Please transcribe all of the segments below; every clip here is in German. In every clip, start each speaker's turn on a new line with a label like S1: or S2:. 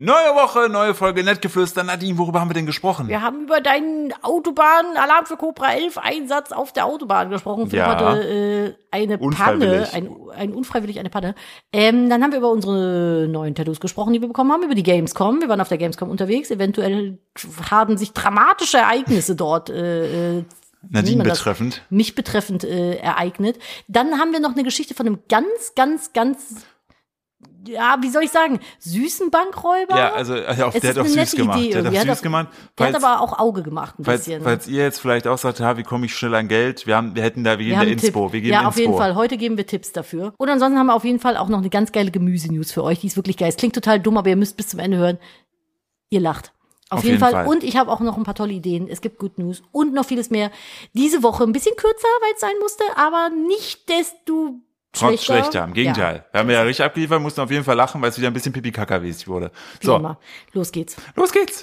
S1: Neue Woche, neue Folge Nettgeflüster. Nadine, worüber haben wir denn gesprochen?
S2: Wir haben über deinen Autobahn-Alarm für Cobra 11 Einsatz auf der Autobahn gesprochen. Philipp
S1: Ja.
S2: hatte äh, eine Panne,
S1: Unfreiwillig.
S2: ein, ein unfreiwillig eine Panne. Ähm, dann haben wir über unsere neuen Tattoos gesprochen, die wir bekommen haben, über die Gamescom. Wir waren auf der Gamescom unterwegs. Eventuell haben sich dramatische Ereignisse dort äh, äh, wie
S1: Nadine
S2: man das-
S1: betreffend.
S2: mich betreffend äh, ereignet. Dann haben wir noch eine Geschichte von einem ganz, ganz, ganz, ja, wie soll ich sagen, süßen Bankräuber.
S1: Ja, also, also auf,
S2: Es
S1: der
S2: ist
S1: hat auch
S2: eine
S1: süß
S2: nette
S1: gemacht.
S2: Idee
S1: der hat
S2: irgendwie.
S1: auch
S2: Hat
S1: süß
S2: er-
S1: gemacht.
S2: der hat
S1: Falls,
S2: aber auch Auge gemacht ein
S1: falls,
S2: bisschen.
S1: falls ihr jetzt vielleicht auch sagt, ha, wie komme ich schnell an Geld? Wir haben, wir hätten da, wir geben
S2: wir
S1: der
S2: haben einen Tipp.
S1: Inspo. Wir geben
S2: ja,
S1: Inspo.
S2: auf jeden Fall. Heute geben wir Tipps dafür. Und ansonsten haben wir auf jeden Fall auch noch eine ganz geile Gemüse-News für euch. Die ist wirklich geil. Es klingt total dumm, aber ihr müsst bis zum Ende hören. Ihr lacht. Auf, jeden, Fall. Und ich habe auch noch ein paar tolle Ideen. Es gibt Good News und noch vieles mehr. Diese Woche ein bisschen kürzer, weil es sein musste, aber nicht desto
S1: Trotz
S2: schlechter.
S1: schlechter, im Gegenteil. Wir haben ja richtig abgeliefert, mussten auf jeden Fall lachen, weil es wieder ein bisschen pipi kaka wurde.
S2: Wie
S1: So,
S2: immer. Los geht's.
S1: los geht's.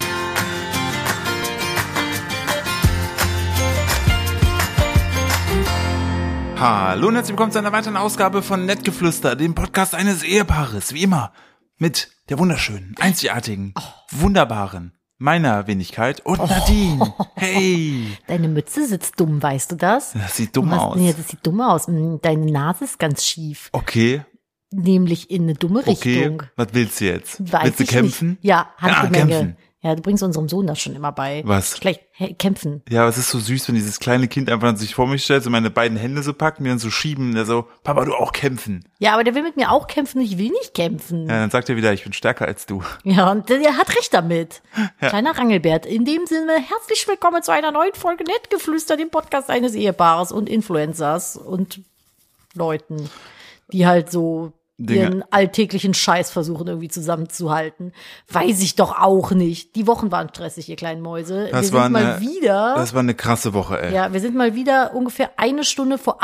S1: Hallo und herzlich willkommen zu einer weiteren Ausgabe von Nettgeflüster, dem Podcast eines Ehepaares, wie immer, mit der wunderschönen, einzigartigen,
S2: Oh.
S1: wunderbaren, meiner Wenigkeit und Nadine. Hey,
S2: Deine Mütze sitzt dumm, weißt du das?
S1: das sieht dumm
S2: Du hast-
S1: aus.
S2: Nee, das sieht dumm aus. Hm, Deine Nase ist ganz schief,
S1: Okay,
S2: nämlich in eine dumme
S1: okay,
S2: Richtung.
S1: was willst du jetzt?
S2: Weiß
S1: willst du
S2: ich
S1: kämpfen?
S2: Nicht. Ja, Handgemenge.
S1: Ah, kämpfen.
S2: Ja, du bringst unserem Sohn das schon immer bei.
S1: Was?
S2: Schlecht. Hä, kämpfen.
S1: Ja, aber es ist so süß, wenn dieses kleine Kind einfach sich vor mich stellt, so meine beiden Hände so packt, mir dann so schieben, der so, Papa, du auch kämpfen.
S2: Ja, aber der will mit mir auch kämpfen und ich will nicht kämpfen.
S1: Ja,
S2: Ja,
S1: dann sagt er wieder, ich bin stärker als du.
S2: und der, der hat recht damit. Kleiner Rangelbert. In dem Sinne, herzlich willkommen zu einer neuen Folge Nettgeflüster, dem Podcast eines Ehepaares und Influencers und Leuten, die halt so
S1: Dinge.
S2: ihren alltäglichen Scheiß versuchen irgendwie zusammenzuhalten. Weiß ich doch auch nicht. Die Wochen waren stressig, ihr kleinen Mäuse. Wir
S1: Das
S2: sind
S1: war eine,
S2: mal wieder.
S1: Das war eine krasse Woche, ey.
S2: Ja, wir sind mal wieder ungefähr eine Stunde vor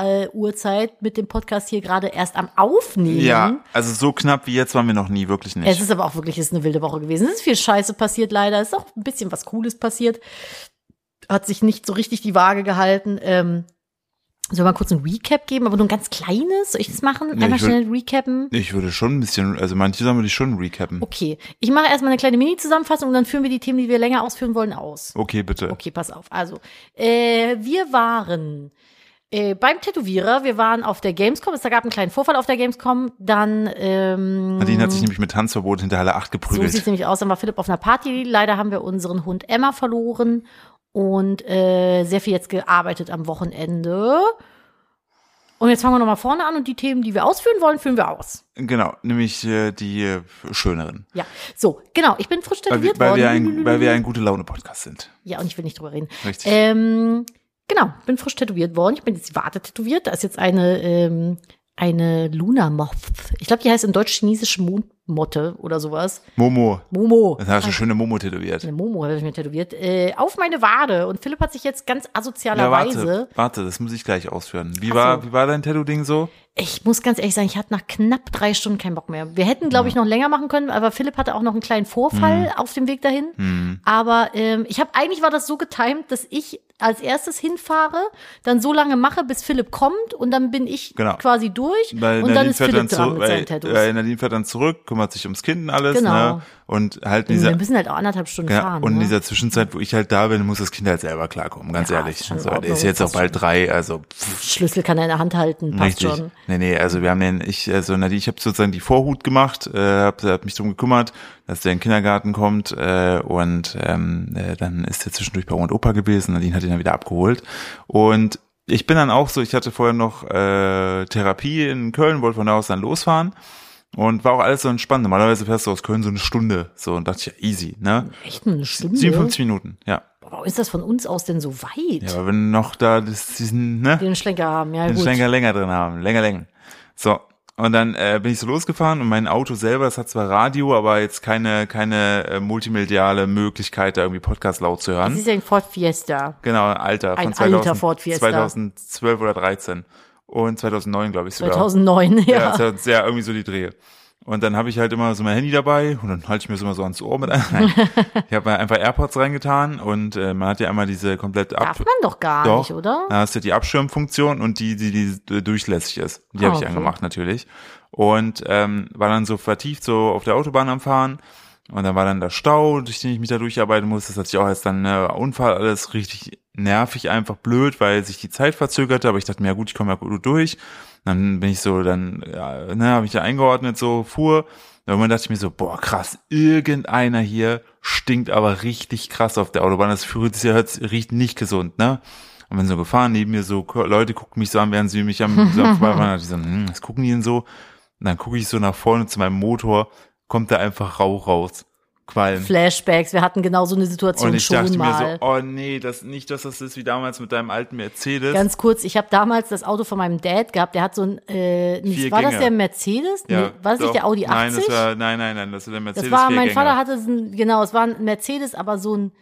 S2: Upload-Uhrzeit mit dem Podcast hier gerade erst am Aufnehmen.
S1: Ja, also so knapp wie jetzt waren wir noch nie, wirklich nicht.
S2: Es ist aber auch wirklich es ist eine wilde Woche gewesen. Es ist viel Scheiße passiert leider. Es ist auch ein bisschen was Cooles passiert. Hat sich nicht so richtig die Waage gehalten. Ähm, soll mal kurz ein Recap geben, aber nur ein ganz kleines? Soll ich das machen?
S1: Nee,
S2: Einmal
S1: ich will-
S2: schnell recappen?
S1: ich würde schon ein bisschen, also manche Sachen würde ich schon recappen.
S2: Okay. Ich mache erstmal eine kleine Mini-Zusammenfassung und dann führen wir die Themen, die wir länger ausführen wollen, aus.
S1: Okay, bitte.
S2: Okay, pass auf. Also, äh, wir waren äh, beim Tätowierer, wir waren auf der Gamescom, es gab einen kleinen Vorfall auf der Gamescom, dann ähm,
S1: Nadine hat sich nämlich mit Tanzverbot hinter Halle 8
S2: so
S1: geprügelt.
S2: sieht es nämlich aus, dann war Philipp auf einer Party, leider haben wir unseren Hund Emma verloren und äh, sehr viel jetzt gearbeitet am Wochenende. Und jetzt fangen wir nochmal vorne an und die Themen, die wir ausführen wollen, führen wir aus.
S1: genau, nämlich äh, die äh, Schöneren.
S2: Ja, so, genau, ich bin frisch
S1: Weil, wir-
S2: tätowiert
S1: weil,
S2: worden.
S1: wir ein, weil wir ein gute Laune-Podcast sind.
S2: ja, und ich will nicht drüber reden.
S1: Richtig.
S2: Ähm, genau, bin frisch tätowiert worden. Ich bin jetzt die Warte tätowiert. Da ist jetzt eine, ähm, eine Luna Moth. Ich glaube, die heißt in Deutsch chinesische Mondmotte oder sowas.
S1: Momo.
S2: Momo.
S1: Dann hast du schöne Momo tätowiert.
S2: Eine Momo habe ich mir tätowiert. Äh, auf meine Wade. Und Philipp hat sich jetzt ganz asozialerweise.
S1: warte, warte, das muss ich gleich ausführen. Wie
S2: Ach
S1: war,
S2: so.
S1: wie war dein Tattoo-Ding so?
S2: ich muss ganz ehrlich sagen, ich hatte nach knapp drei Stunden keinen Bock mehr. Wir hätten, glaube ich, noch länger machen können, aber Philipp hatte auch noch einen kleinen Vorfall
S1: Mhm.
S2: auf dem Weg dahin. Aber ähm, ich habe eigentlich war das so getimt, dass ich als erstes hinfahre, dann so lange mache, bis Philipp kommt und dann bin ich
S1: Genau.
S2: quasi durch
S1: Weil
S2: und dann
S1: Nadine
S2: ist
S1: fährt
S2: Philipp
S1: dann,
S2: dran
S1: zurück,
S2: mit seinen
S1: weil,
S2: Tattoos.
S1: weil Nadine fährt dann zurück, kümmert sich ums Kind und alles,
S2: Genau.
S1: ne? Und halt in
S2: wir
S1: dieser,
S2: müssen halt auch anderthalb Stunden
S1: ja,
S2: fahren.
S1: und in
S2: ne?
S1: dieser Zwischenzeit, wo ich halt da bin, muss das Kind halt selber klarkommen, ganz
S2: Ja,
S1: ehrlich.
S2: ist schon in
S1: So, der
S2: Ordnung,
S1: ist jetzt auch
S2: passt
S1: bald drei, also pff,
S2: Schlüssel kann er in der Hand halten, passt
S1: richtig.
S2: schon.
S1: Nee, nee, also wir haben den, ich, also Nadine, ich habe sozusagen die Vorhut gemacht, äh, hab, hab mich drum gekümmert, dass der in den Kindergarten kommt äh, und ähm, äh, dann ist er zwischendurch bei Oma und Opa gewesen, Nadine hat ihn dann wieder abgeholt und ich bin dann auch so, ich hatte vorher noch äh, Therapie in Köln, wollte von da aus dann losfahren und war auch alles so entspannt. Normalerweise fährst du aus Köln so eine Stunde. So, und dachte ich, ja, easy, ne?
S2: Echt eine Stunde?
S1: 57 Minuten, ja.
S2: Warum ist das von uns aus denn so weit?
S1: Ja, aber wenn du noch da das, diesen, ne?
S2: Den Schlenker haben, ja
S1: Den
S2: gut.
S1: Schlenker länger drin haben. Länger, länger. So. Und dann äh, bin ich so losgefahren und mein Auto selber, das hat zwar Radio, aber jetzt keine, keine äh, multimediale Möglichkeit, da irgendwie Podcast laut zu
S2: Das
S1: hören.
S2: ist ja ein Ford Fiesta.
S1: Genau, ein Alter. Von
S2: Ein
S1: 2000,
S2: alter Ford Fiesta.
S1: 2012 oder 13. Und 2009, glaube ich sogar.
S2: 2009,
S1: Ja,
S2: ja.
S1: ja. ja irgendwie so die Dreh. Und dann habe ich halt immer so mein Handy dabei und dann halte ich mir das immer so ans Ohr mit ein. Nein. Ich habe einfach AirPods reingetan und äh, man hat ja einmal diese komplett ab.
S2: Darf man doch gar nicht, oder?
S1: Da hast du die Abschirmfunktion und die, die, die durchlässig ist. Die habe ich
S2: Ah, okay.
S1: angemacht natürlich. Und ähm, war dann so vertieft so auf der Autobahn am Fahren. Und dann war dann der Stau, durch den ich mich da durcharbeiten musste. Das hatte ich auch erst dann äh, Unfall, alles richtig nervig, einfach blöd, weil sich die Zeit verzögerte. Aber ich dachte mir, ja gut, ich komme ja gut durch. Und dann bin ich so, dann ja, ne, habe ich ja eingeordnet, so fuhr. Und irgendwann dachte ich mir so, boah, krass, irgendeiner hier stinkt aber richtig krass auf der Autobahn. Das fühlt sich riecht nicht gesund, ne? Und wenn so gefahren neben mir so Leute gucken mich so an, während sie mich am so Beifahrer so, hm, was gucken die denn so? Und dann gucke ich so nach vorne zu meinem Motor, kommt da einfach Rauch raus. Qualm.
S2: Flashbacks, wir hatten genau so eine Situation
S1: Und ich
S2: schon
S1: dachte
S2: mal.
S1: mir so, oh nee, das nicht, dass das ist wie damals mit deinem alten Mercedes.
S2: Ganz kurz, ich habe damals das Auto von meinem Dad gehabt, der hat so ein, äh, nicht,
S1: Vier
S2: war das
S1: Gänge.
S2: der Mercedes? nee, war das
S1: doch.
S2: nicht der Audi 80?
S1: Nein, das war, nein, nein, nein, das war der Mercedes
S2: Das war, mein
S1: Viergänger.
S2: Vater hatte so ein, genau, es war ein Mercedes, aber so ein,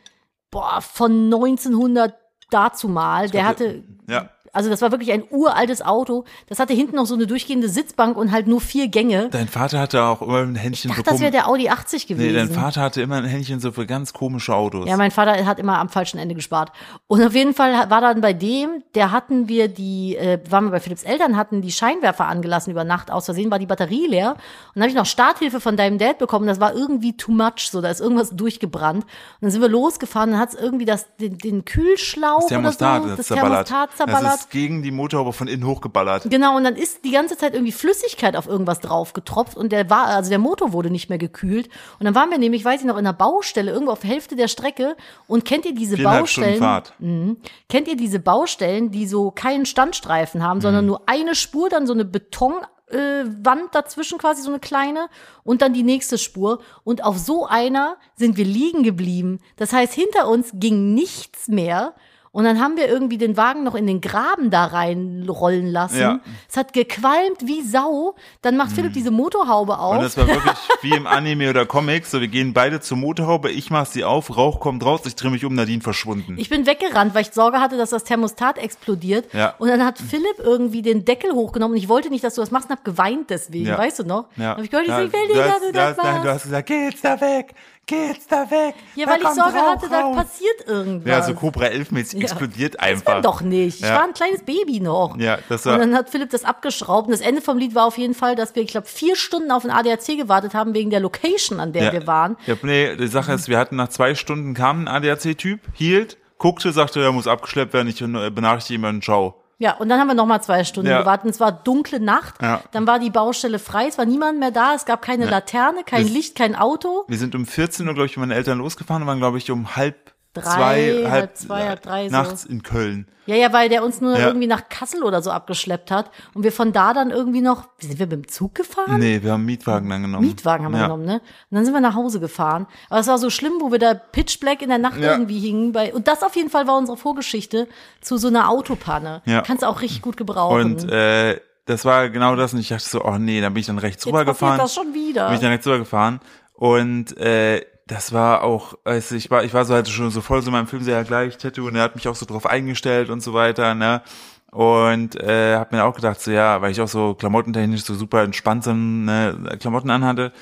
S2: boah, von 1900 dazu mal. Der hatte,
S1: ja.
S2: also das war wirklich ein uraltes Auto. Das hatte hinten noch so eine durchgehende Sitzbank und halt nur vier Gänge.
S1: Dein Vater hatte auch immer ein Händchen
S2: Ich dachte,
S1: für
S2: das wäre
S1: komische.
S2: der Audi 80 gewesen.
S1: Nee, dein Vater hatte immer ein Händchen so für ganz komische Autos.
S2: Ja, mein Vater hat immer am falschen Ende gespart. Und auf jeden Fall ha- war dann bei dem, der hatten wir die, äh, waren wir bei Philipps Eltern, hatten die Scheinwerfer angelassen über Nacht. Aus Versehen war die Batterie leer. Und dann habe ich noch Starthilfe von deinem Dad bekommen. Das war irgendwie too much. So, da ist irgendwas durchgebrannt. Und dann sind wir losgefahren. Dann hat es irgendwie das, den, den Kühlschlauch
S1: das Thermostat,
S2: oder
S1: das
S2: so, das
S1: ist zerballert.
S2: Thermostat
S1: Das
S2: zerballert.
S1: ist gegen die Motorhaube von innen hochgeballert.
S2: Genau, und dann ist die ganze Zeit irgendwie Flüssigkeit auf irgendwas drauf getropft und der war, also der Motor wurde nicht mehr gekühlt. Und dann waren wir nämlich, weiß ich noch, in einer Baustelle, irgendwo auf Hälfte der Strecke. Und kennt ihr diese
S1: Viereinhalb Stunden
S2: Baustellen?
S1: Fahrt.
S2: Kennt ihr diese Baustellen, die so keinen Standstreifen haben, sondern
S1: Mhm.
S2: nur eine Spur, dann so eine Betonwand äh, Wand dazwischen quasi, so eine kleine, und dann die nächste Spur. Und auf so einer sind wir liegen geblieben. Das heißt, hinter uns ging nichts mehr. Und dann haben wir irgendwie den Wagen noch in den Graben da reinrollen lassen.
S1: Ja.
S2: Es hat gequalmt wie Sau. Dann macht Philipp diese Motorhaube auf.
S1: Und das war wirklich wie im Anime oder Comics. So, wir gehen beide zur Motorhaube, ich mach sie auf, Rauch kommt raus, ich drehe mich um, Nadine verschwunden.
S2: Ich bin weggerannt, weil ich Sorge hatte, dass das Thermostat explodiert.
S1: Ja.
S2: Und dann hat Philipp irgendwie den Deckel hochgenommen und ich wollte nicht, dass du das machst und hab geweint deswegen,
S1: Ja.
S2: weißt du noch?
S1: Ja.
S2: Hab ich gehört, ich, so,
S1: Ja,
S2: ich will nicht, dass du das
S1: hast- Nein, du
S2: machst.
S1: hast gesagt, geht's da weg, geht's da weg.
S2: Ja,
S1: da
S2: weil ich
S1: kommt
S2: Sorge
S1: Rauch
S2: hatte, da
S1: raus.
S2: passiert irgendwas.
S1: Ja, so Cobra 11 mäßig
S2: Ja.
S1: explodiert
S2: Das war
S1: einfach.
S2: doch nicht. Ich
S1: Ja.
S2: war ein kleines Baby noch.
S1: Ja, das war-
S2: und dann hat Philipp das abgeschraubt. Und das Ende vom Lied war auf jeden Fall, dass wir, ich glaube, vier Stunden auf den ADAC gewartet haben, wegen der Location, an der wir waren.
S1: Ja, nee, die Sache ist, wir hatten nach zwei Stunden kam ein ADAC-Typ, hielt, guckte, sagte, er muss abgeschleppt werden, ich benachrichtige jemanden, ciao.
S2: Ja, und dann haben wir nochmal zwei Stunden
S1: Ja.
S2: gewartet. Und es war dunkle Nacht.
S1: Ja.
S2: Dann war die Baustelle frei. Es war niemand mehr da. Es gab keine Laterne, kein
S1: Bis-
S2: Licht, kein Auto.
S1: Wir sind um 14 Uhr, glaube ich, mit meinen Eltern losgefahren und waren, glaube ich, um halb
S2: Drei,
S1: zwei,
S2: halb
S1: halb
S2: zwei, halb drei, so.
S1: nachts in Köln.
S2: Ja, ja, weil der uns nur
S1: Ja.
S2: irgendwie nach Kassel oder so abgeschleppt hat. Und wir von da dann irgendwie noch, sind wir mit dem Zug gefahren?
S1: Nee, wir haben Mietwagen dann genommen.
S2: Mietwagen haben wir
S1: ja.
S2: genommen, ne? Und dann sind wir nach Hause gefahren. Aber es war so schlimm, wo wir da pitch black in der Nacht
S1: Ja.
S2: irgendwie hingen. Bei, und das auf jeden Fall war unsere Vorgeschichte zu so einer Autopanne.
S1: Ja.
S2: Kannst du auch richtig gut gebrauchen.
S1: Und äh, das war genau das. Und ich dachte so, oh nee, dann bin ich dann rechts
S2: Jetzt passiert
S1: rübergefahren.
S2: das schon wieder.
S1: Bin ich dann rechts rübergefahren. Und äh, das war auch, also ich war, ich war so halt schon so voll so in meinem Filmseher gleich Tattoo und er hat mich auch so drauf eingestellt und so weiter, ne? Und äh, hab mir auch gedacht, so ja, weil ich auch so klamottentechnisch so super entspannt so ne, Klamotten anhatte.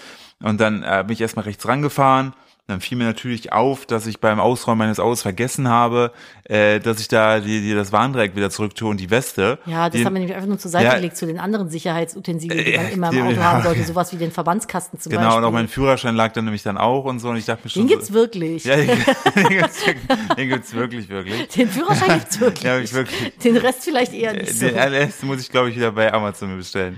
S1: Und dann äh, bin ich erstmal rechts rangefahren. Dann fiel mir natürlich auf, dass ich beim Ausräumen meines Autos vergessen habe, äh, dass ich da die, die das Warndreieck wieder zurücktue und die Weste.
S2: ja, das
S1: die,
S2: haben wir nämlich einfach nur zur Seite
S1: Ja.
S2: gelegt zu den anderen Sicherheitsutensilien, die man
S1: Äh,
S2: immer
S1: die-
S2: im Auto
S1: ja.
S2: haben sollte. Sowas wie den Verbandskasten zum
S1: Genau,
S2: Beispiel.
S1: und auch mein Führerschein lag dann nämlich dann auch und so. Und ich dachte mir schon.
S2: den
S1: so-
S2: gibt's wirklich.
S1: Ja, den gibt's, den gibt's wirklich, wirklich.
S2: Den Führerschein gibt's wirklich.
S1: Ja, ich wirklich. Äh,
S2: Den Rest vielleicht eher nicht so.
S1: Den LS muss ich, glaube ich, wieder bei Amazon mir bestellen.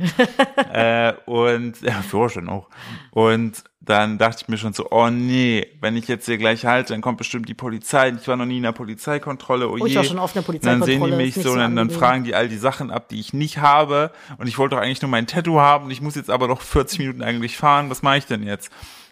S1: äh, und ja, Führerschein auch. Und dann dachte ich mir schon so, oh nee, wenn ich jetzt hier gleich halte, dann kommt bestimmt die Polizei. Ich war noch nie in einer Polizeikontrolle. Oh,
S2: ich
S1: je.
S2: war schon oft in der
S1: Und Dann sehen die
S2: Polizeikontrolle,
S1: mich
S2: ist nicht
S1: so,
S2: so
S1: dann, dann
S2: angenehm.
S1: fragen die all die Sachen ab, die ich nicht habe. Und ich wollte doch eigentlich nur mein Tattoo haben. Und ich muss jetzt aber noch 40 Minuten eigentlich fahren. Was mache ich denn jetzt?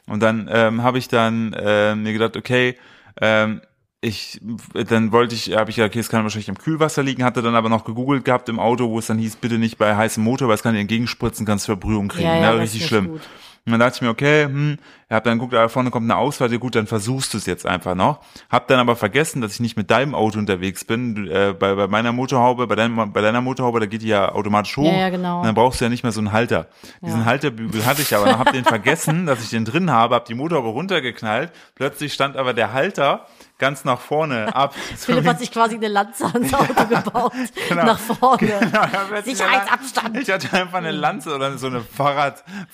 S1: Und dann ähm, habe ich dann äh, mir gedacht, okay, ähm, ich, dann wollte ich, habe ich ja, okay, es kann wahrscheinlich im Kühlwasser liegen, hatte dann aber noch gegoogelt gehabt im Auto, wo es dann hieß, bitte nicht bei heißem Motor, weil es kann dir entgegenspritzen, kannst Verbrühung kriegen,
S2: Ja, ja,
S1: ne?
S2: das ist
S1: richtig
S2: nicht
S1: schlimm.
S2: gut.
S1: Und dann dachte ich mir, okay, hm, Hab dann geguckt, da vorne kommt eine Ausfahrt, ja gut, dann versuchst du es jetzt einfach noch. Hab dann aber vergessen, dass ich nicht mit deinem Auto unterwegs bin. Äh, bei, bei meiner Motorhaube, bei, deinem, bei deiner Motorhaube, da geht die ja automatisch hoch.
S2: Ja, ja, genau.
S1: Und dann brauchst du ja nicht mehr so einen Halter. Diesen Halterbügel hatte ich aber, dann hab den vergessen, dass ich den drin habe, hab die Motorhaube runtergeknallt. Plötzlich stand aber der Halter ganz nach vorne ab.
S2: Philipp hat sich quasi eine Lanze ans Auto gebaut.
S1: Genau.
S2: Nach vorne.
S1: Genau, ich hab plötzlich eine Lan-
S2: Sicherheitsabstand.
S1: Ich hatte einfach eine Lanze oder so eine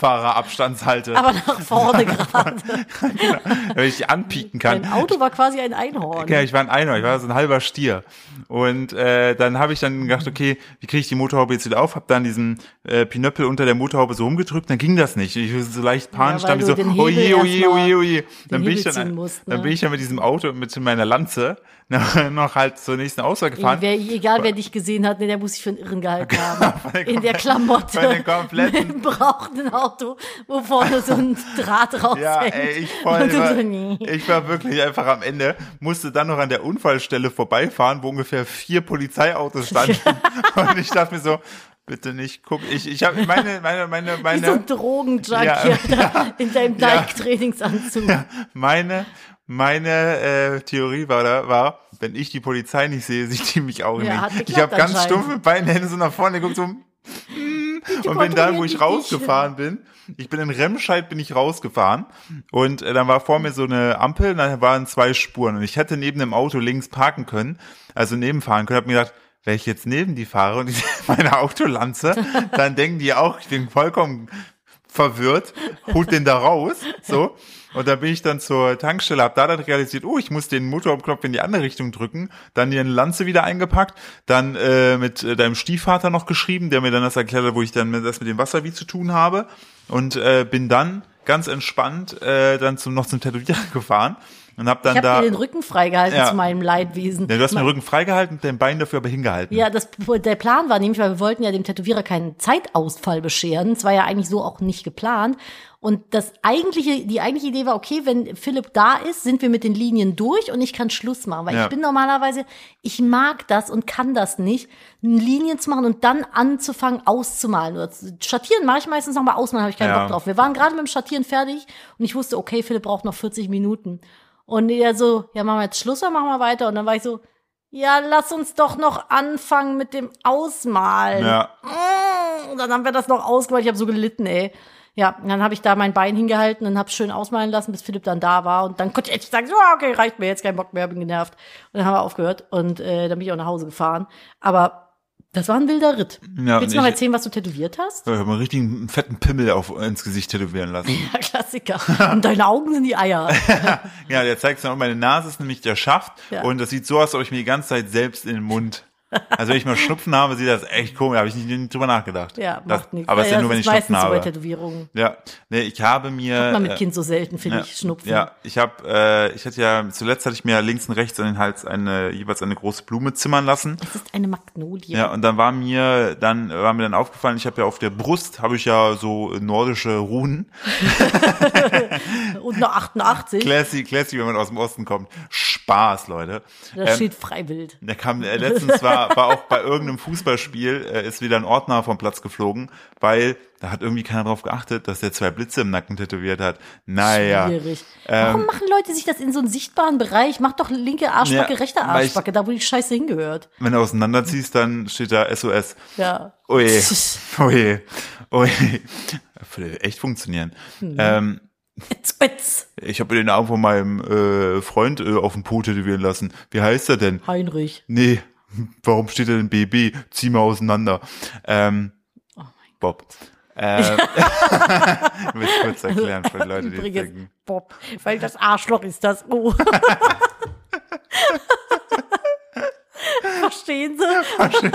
S1: Fahrradfahrerabstandshalte,
S2: Aber nach vorne gerade.
S1: damit ich anpieken kann.
S2: Dein Auto war quasi ein Einhorn.
S1: Ja, ich war ein Einhorn, ich war so ein halber Stier. Und äh, dann habe ich dann gedacht, okay, wie kriege ich die Motorhaube jetzt wieder auf? Habe dann diesen äh, Pinöppel unter der Motorhaube so rumgedrückt, dann ging das nicht. Ich war so leicht panisch,
S2: Ja,
S1: dann
S2: weil
S1: bin ich
S2: du
S1: so,
S2: den
S1: oje,
S2: Hebel
S1: oje,
S2: erstmal-
S1: oje, oje. Dann
S2: den
S1: bin, ich
S2: Hebel
S1: dann,
S2: ziehen musst,
S1: dann
S2: ne?
S1: bin ich dann mit diesem Auto, mit meiner Lanze noch, noch halt zur nächsten Ausfahrt gefahren.
S2: Wer, egal wer dich gesehen hat, nee, der muss sich für einen Irren gehalten
S1: Genau,
S2: haben. In der Klamotte.
S1: Bei den kompletten-
S2: Mit dem brauchten Auto, wo vorne so ein Draht raushängt.
S1: Ja, ey, ich, voll,
S2: Und du
S1: war,
S2: so, nee.
S1: ich war wirklich einfach am Ende, musste dann noch an der Unfallstelle vorbeifahren, wo ungefähr vier Polizeiautos standen. Und ich dachte mir so, bitte nicht gucken. Ich, ich habe meine, meine, meine,
S2: Wie so ein
S1: meine,
S2: Drogenjunkie
S1: Ja,
S2: Alter, in deinem
S1: ja.
S2: Nike-Trainingsanzug.
S1: meine, meine äh, Theorie war, da, war, wenn ich die Polizei nicht sehe, sieht die mich auch
S2: Ja, hat
S1: nicht. Ich
S2: geklappt
S1: habe ganz
S2: anscheinend.
S1: stumpf mit beiden Händen so nach vorne geguckt, so, mm, und bin dann, wo
S2: kontrollieren
S1: ich
S2: die
S1: rausgefahren bin, ich bin in Remscheid, bin ich rausgefahren und äh, dann war vor mir so eine Ampel und dann waren zwei Spuren und ich hätte neben dem Auto links parken können, also nebenfahren können, habe mir gedacht, wenn ich jetzt neben die fahre und ich meine Autolanze, dann denken die auch, ich bin vollkommen verwirrt, holt den da raus, so. Und dann bin ich dann zur Tankstelle, hab da dann realisiert, oh, ich muss den Motorknopf in die andere Richtung drücken, dann die Lanze wieder eingepackt, dann äh, mit äh, deinem Stiefvater noch geschrieben, der mir dann das erklärt hat, wo ich dann mit- das mit dem Wasser wie zu tun habe und äh, bin dann ganz entspannt äh, dann zum, noch zum Tätowierer gefahren und hab dann
S2: Ich
S1: da,
S2: habe dir den Rücken freigehalten
S1: Ja.
S2: zu meinem Leidwesen.
S1: ja, du hast mir den Rücken freigehalten, dein Bein dafür aber hingehalten.
S2: Ja, das, der Plan war nämlich, weil wir wollten ja dem Tätowierer keinen Zeitausfall bescheren. Das war ja eigentlich so auch nicht geplant. Und das eigentliche, die eigentliche Idee war, okay, wenn Philipp da ist, sind wir mit den Linien durch und ich kann Schluss machen. Weil
S1: Ja.
S2: ich bin normalerweise, ich mag das und kann das nicht, Linien zu machen und dann anzufangen auszumalen. Oder zu- Schattieren mache ich meistens nochmal aus, dann habe ich keinen
S1: Ja.
S2: Bock drauf. Wir waren gerade mit dem Schattieren fertig und ich wusste, okay, Philipp braucht noch 40 Minuten. Und er so, ja, machen wir jetzt Schluss oder machen wir weiter? Und dann war ich so, ja, lass uns doch noch anfangen mit dem Ausmalen.
S1: Ja.
S2: Mm, Und dann haben wir das noch ausgemalt. Ich habe so gelitten, ey. Ja, und dann habe ich da mein Bein hingehalten und habe schön ausmalen lassen, bis Philipp dann da war. Und dann konnte ich echt sagen, so, ah, okay, reicht mir jetzt, kein Bock mehr, bin genervt. Und dann haben wir aufgehört und äh, dann bin ich auch nach Hause gefahren. Aber das war ein wilder Ritt.
S1: Ja,
S2: Willst
S1: und
S2: du noch
S1: ich-
S2: erzählen, was du tätowiert hast?
S1: Ich habe einen richtigen fetten Pimmel auf, ins Gesicht tätowieren lassen.
S2: Ja, Klassiker. Und deine Augen sind die Eier.
S1: Ja, der zeigt dann auch, meine Nase ist nämlich der Schaft
S2: Ja.
S1: und das sieht so aus, als ob ich mir die ganze Zeit selbst in den Mund. Also wenn ich mal Schnupfen habe, sieht das echt komisch, da habe ich nicht, nicht drüber nachgedacht.
S2: Ja,
S1: das,
S2: macht nichts.
S1: Aber es ist ja nur,
S2: das
S1: wenn ich Schnupfen
S2: meistens so bei
S1: habe.
S2: Tätowierungen.
S1: Ja, nee, ich habe mir
S2: Mal mit
S1: äh,
S2: Kind so selten, finde ich, Schnupfen.
S1: ja, ich habe, äh, ich hatte ja zuletzt hatte ich mir links und rechts an den Hals eine jeweils eine große Blume zimmern lassen.
S2: Das ist eine Magnolie.
S1: Ja, und dann war mir dann war mir dann aufgefallen, ich habe ja auf der Brust habe ich ja so nordische Runen.
S2: ne? Und noch 88.
S1: Classy, classy, wenn man aus dem Osten kommt. Spaß, Leute.
S2: Das
S1: Ähm,
S2: steht Freiwild.
S1: Da kam äh, letztens war, war auch bei irgendeinem Fußballspiel äh, ist wieder ein Ordner vom Platz geflogen, weil da hat irgendwie keiner drauf geachtet, dass der zwei Blitze im Nacken tätowiert hat. Naja.
S2: Schwierig. Warum machen Leute sich das in so einen sichtbaren Bereich? Mach doch linke Arschbacke,
S1: Ähm, Ja,
S2: rechte
S1: weil ich-
S2: Arschbacke, da wo die Scheiße hingehört.
S1: Wenn du auseinanderziehst, dann steht da SOS.
S2: Ja.
S1: Oje. Oje. Oje. Würde echt funktionieren. Ähm,
S2: Spitz.
S1: ich habe den Namen von meinem äh, Freund äh, auf den Po tätowieren lassen. Wie heißt er denn?
S2: Heinrich.
S1: Nee, warum steht da denn BB? Zieh mal auseinander. Ähm, Bob. Ähm, ich will kurz erklären für die Leute, die
S2: Übrigens,
S1: denken.
S2: Bob, weil das Arschloch ist das Oh. O. Verstehen Sie?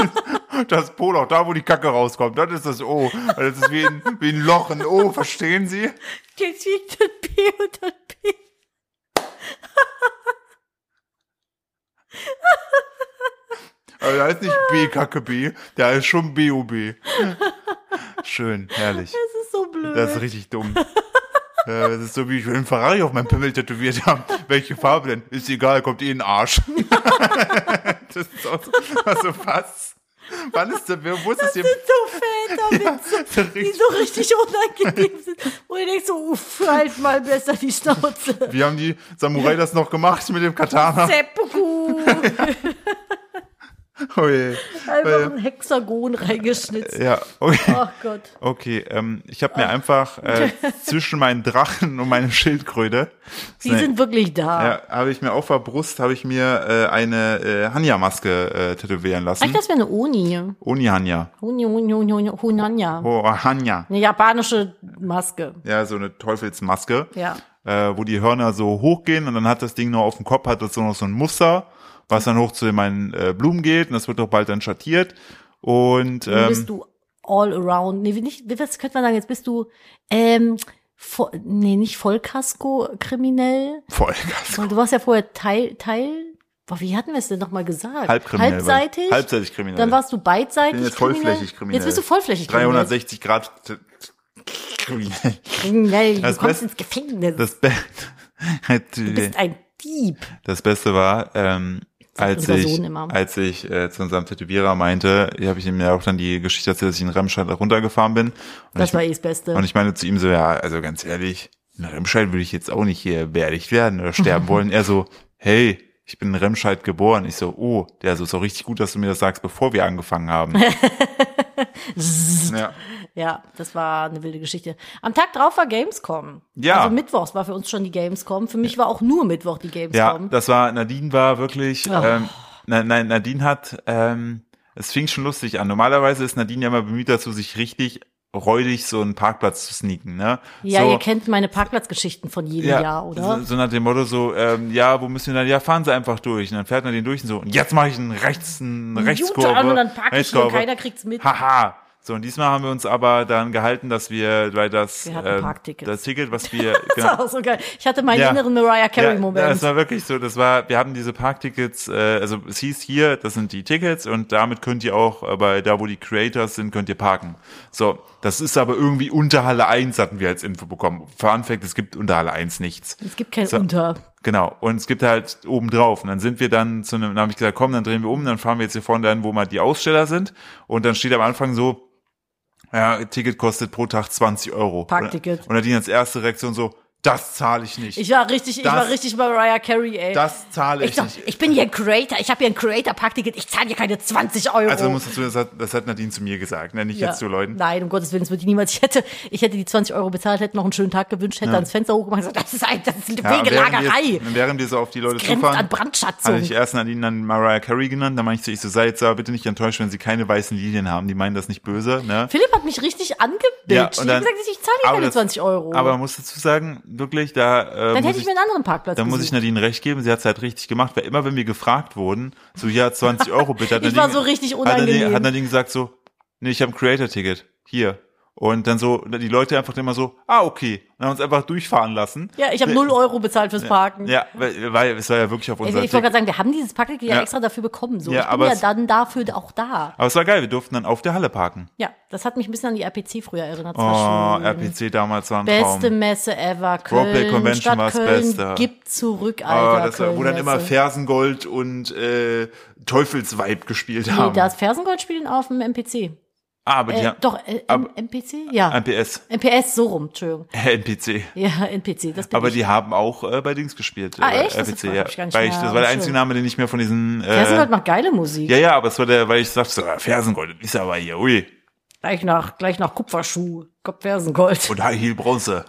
S1: Das Poloch, da wo die Kacke rauskommt, das ist das O. Das ist wie ein, wie ein Loch, ein O, verstehen Sie?
S2: Jetzt liegt das P und das P.
S1: Aber da ist nicht B, Kacke, B, da ist schon BOB. Schön, herrlich.
S2: Das ist so blöd.
S1: Das ist richtig dumm. Äh, Das ist so, wie ich will einen Ferrari auf meinem Pimmel tätowiert haben. Welche Farbe denn? Ist egal, kommt eh in den Arsch. das ist auch so, also was? Wann ist denn, wer- wo ist das, hier?
S2: so fett. Kinderwitze, die so richtig unangenehm sind. Wo du denkst so, uff, halt mal besser die Schnauze.
S1: Wie haben die Samurai das noch gemacht mit dem Katana?
S2: Seppuku.
S1: Oh je.
S2: Einfach ein Hexagon reingeschnitzt.
S1: Ja, okay.
S2: Ach Gott.
S1: Okay, ähm, ich habe mir einfach äh, zwischen meinen Drachen und meine Schildkröte,
S2: Die sind wirklich da.
S1: ja, habe ich mir auf der Brust, habe ich mir äh, eine äh, Hanya-Maske äh, tätowieren
S2: Eigentlich,
S1: lassen.
S2: das wäre eine Uni.
S1: Uni Hanya.
S2: Uni, Uni, Uni, Uni, Hunanya.
S1: Oh, Hanya.
S2: Eine japanische Maske.
S1: Ja, so eine Teufelsmaske,
S2: Ja.
S1: äh, wo die Hörner so hochgehen und dann hat das Ding nur auf dem Kopf, hat das so noch so ein Muster, was dann hoch zu meinen äh, Blumen geht und das wird doch bald dann schattiert. Und
S2: Nun
S1: ähm,
S2: bist du all around. Nee, wie nicht, wie- was könnte man sagen? Jetzt bist du, ähm, vo, nee, nicht Vollkasko-kriminell.
S1: voll
S2: sondern Du warst ja vorher Teil, Teil, boah, wie hatten wir es denn nochmal gesagt?
S1: halbkriminell.
S2: Halbseitig?
S1: Halbseitig kriminell.
S2: Dann warst du beidseitig.
S1: bin jetzt
S2: kriminell.
S1: vollflächig kriminell.
S2: Jetzt bist du vollflächig kriminell.
S1: 360 Grad t- t- kriminell.
S2: kriminell. Du
S1: Das
S2: kommst
S1: Beste-
S2: ins Gefängnis.
S1: Das, Be
S2: du bist ein Dieb.
S1: das Beste war, ähm,
S2: Sagt
S1: als
S2: unser
S1: ich,
S2: Sohn immer.
S1: als ich äh, zu unserem Tätowierer meinte, habe ich ihm ja auch dann die Geschichte erzählt, dass ich in Remscheid runtergefahren bin. Und
S2: Das
S1: ich,
S2: war eh das Beste.
S1: Und ich meine zu ihm so, ja, also ganz ehrlich, in Remscheid würde ich jetzt auch nicht hier beerdigt werden oder sterben wollen. Er so, hey, ich bin in Remscheid geboren. Ich so, oh, der so, ist doch richtig gut, dass du mir das sagst, bevor wir angefangen haben. ja.
S2: Ja, das war eine wilde Geschichte. Am Tag drauf war Gamescom.
S1: Ja.
S2: Also Mittwochs war für uns schon die Gamescom. Für mich war auch nur Mittwoch die
S1: ja,
S2: Gamescom.
S1: das war, Nadine war wirklich,
S2: Oh.
S1: ähm, na, nein, Nadine hat, ähm, es fing schon lustig an. Normalerweise ist Nadine ja immer bemüht dazu, sich richtig räudig so einen Parkplatz zu sneaken, ne?
S2: Ja,
S1: so,
S2: ihr kennt meine Parkplatzgeschichten von jedem Jahr, oder?
S1: So, so nach dem Motto so, ähm, ja, wo müssen wir dann? Ja, fahren Sie einfach durch. Und dann fährt man den durch und so, und jetzt mache ich einen rechts, einen Rechtskurve.
S2: Jute an und dann parke ich hier und
S1: Rechtskurve.
S2: keiner kriegt's mit.
S1: Haha. So, und diesmal haben wir uns aber dann gehalten, dass wir, weil das, ähm,
S2: Wir hatten Parktickets.
S1: das Ticket, was wir, genau,
S2: Das war auch so geil. Ich hatte meinen
S1: Ja.
S2: inneren Mariah Carey-Moment.
S1: Ja, das war wirklich so. Das war, wir haben diese Parktickets, äh, also es hieß hier, das sind die Tickets und damit könnt ihr auch, äh, bei da wo die Creators sind, könnt ihr parken. So, das ist aber irgendwie unter Halle 1, hatten wir als Info bekommen. Fun Fact, es gibt unter Halle 1 nichts.
S2: es gibt kein
S1: So.
S2: Unter.
S1: Genau. Und es gibt halt oben drauf. Und dann sind wir dann zu einem, dann habe ich gesagt, komm, dann drehen wir um, dann fahren wir jetzt hier vorne dahin, wo mal die Aussteller sind. Und dann steht am Anfang so, ja, Ticket kostet pro Tag 20 Euro.
S2: Parkticket.
S1: Und, und dann als erste Reaktion so, das zahle ich nicht.
S2: Ich war richtig, ich
S1: Das-
S2: war richtig Mariah Carey, ey.
S1: das zahle ich,
S2: ich, dachte,
S1: nicht. Oh.
S2: ich bin hier ein Creator, ich habe hier ein Creator-Parkticket, ich zahle hier keine 20 Euro.
S1: Also man muss dazu, das hat, das hat Nadine zu mir gesagt, ne? nicht
S2: Ja.
S1: jetzt zu Leuten.
S2: Nein, um Gottes Willen, das würde ich niemals. Ich hätte, ich hätte die 20 Euro bezahlt, hätte noch einen schönen Tag gewünscht, hätte ans Fenster hochgemacht und gesagt, das ist, ein, das ist eine
S1: Ja,
S2: Wegelagerei.
S1: Während wir, während wir so auf die Leute
S2: Grenzt an
S1: zufahren,
S2: Brandschatzung.
S1: hatte ich äh, erst Nadine dann Mariah Carey genannt, dann meinte ich so, ich so, sei jetzt aber bitte nicht enttäuscht, wenn sie keine weißen Linien haben, die meinen das nicht böse, ne?
S2: Philipp hat mich richtig angebitscht. ich habe gesagt, ich zahle dir
S1: aber
S2: keine
S1: das-
S2: 20 Euro.
S1: Aber man muss dazu sagen, wirklich, da, äh,
S2: dann
S1: muss
S2: hätte ich mir einen anderen Parkplatz
S1: da muss ich
S2: gesucht.
S1: Nadine recht geben, sie hat es halt richtig gemacht, weil immer wenn wir gefragt wurden, so ja, 20 Euro bitte, hat
S2: Ich
S1: Nadine,
S2: war so richtig
S1: Hat Nadine,
S2: unangenehm.
S1: hat Nadine gesagt so, nee, ich habe ein Creator-Ticket, hier. Und dann so, die Leute einfach immer so, ah, okay, und haben uns einfach durchfahren lassen.
S2: ja, ich habe 0 Euro bezahlt fürs Parken.
S1: Ja, weil, weil es war ja wirklich auf
S2: Ich, ich
S1: unser
S2: wollte gerade
S1: Ticket.
S2: sagen, wir haben dieses Parkticket ja,
S1: Ja.
S2: extra dafür bekommen. So.
S1: Ja,
S2: ich bin
S1: aber
S2: ja
S1: es-
S2: dann dafür auch da.
S1: Aber es war geil, wir durften dann auf der Halle parken.
S2: Ja, das hat mich ein bisschen an die RPC früher erinnert. Das
S1: Oh,
S2: war schön.
S1: RPC damals war ein
S2: Beste
S1: Traum.
S2: Messe ever. Köln,
S1: Convention
S2: Stadt
S1: war's
S2: Köln,
S1: Beste.
S2: Gib zurück,
S1: Oh,
S2: Alter.
S1: das war, wo dann immer
S2: Köln-Messe.
S1: Fersengold und äh, Teufelsweib gespielt
S2: Nee,
S1: haben.
S2: das Fersengold spielen auf dem MPC.
S1: ah, aber
S2: Äh,
S1: die haben
S2: Doch, äh, M-
S1: ab-
S2: MPC? Ja.
S1: MPS,
S2: MPS, so rum, Entschuldigung.
S1: äh, NPC.
S2: Ja, NPC, das bin
S1: Aber
S2: ich.
S1: die haben auch äh, bei Dings gespielt.
S2: Ah,
S1: äh,
S2: echt? Das
S1: RPC,
S2: hab
S1: ja.
S2: ich gar nicht
S1: weil ich,
S2: mehr
S1: das war der
S2: auf dem
S1: einzige
S2: Schirm.
S1: Name, den ich mir von diesen. Äh,
S2: Fersengold macht geile Musik.
S1: ja, ja, aber es war der, weil ich sagte, so, ah, Fersengold, das ist aber hier, ui.
S2: Gleich, nach, gleich nach Kupferschuh kommt Fersengold.
S1: Und High Heel Bronze.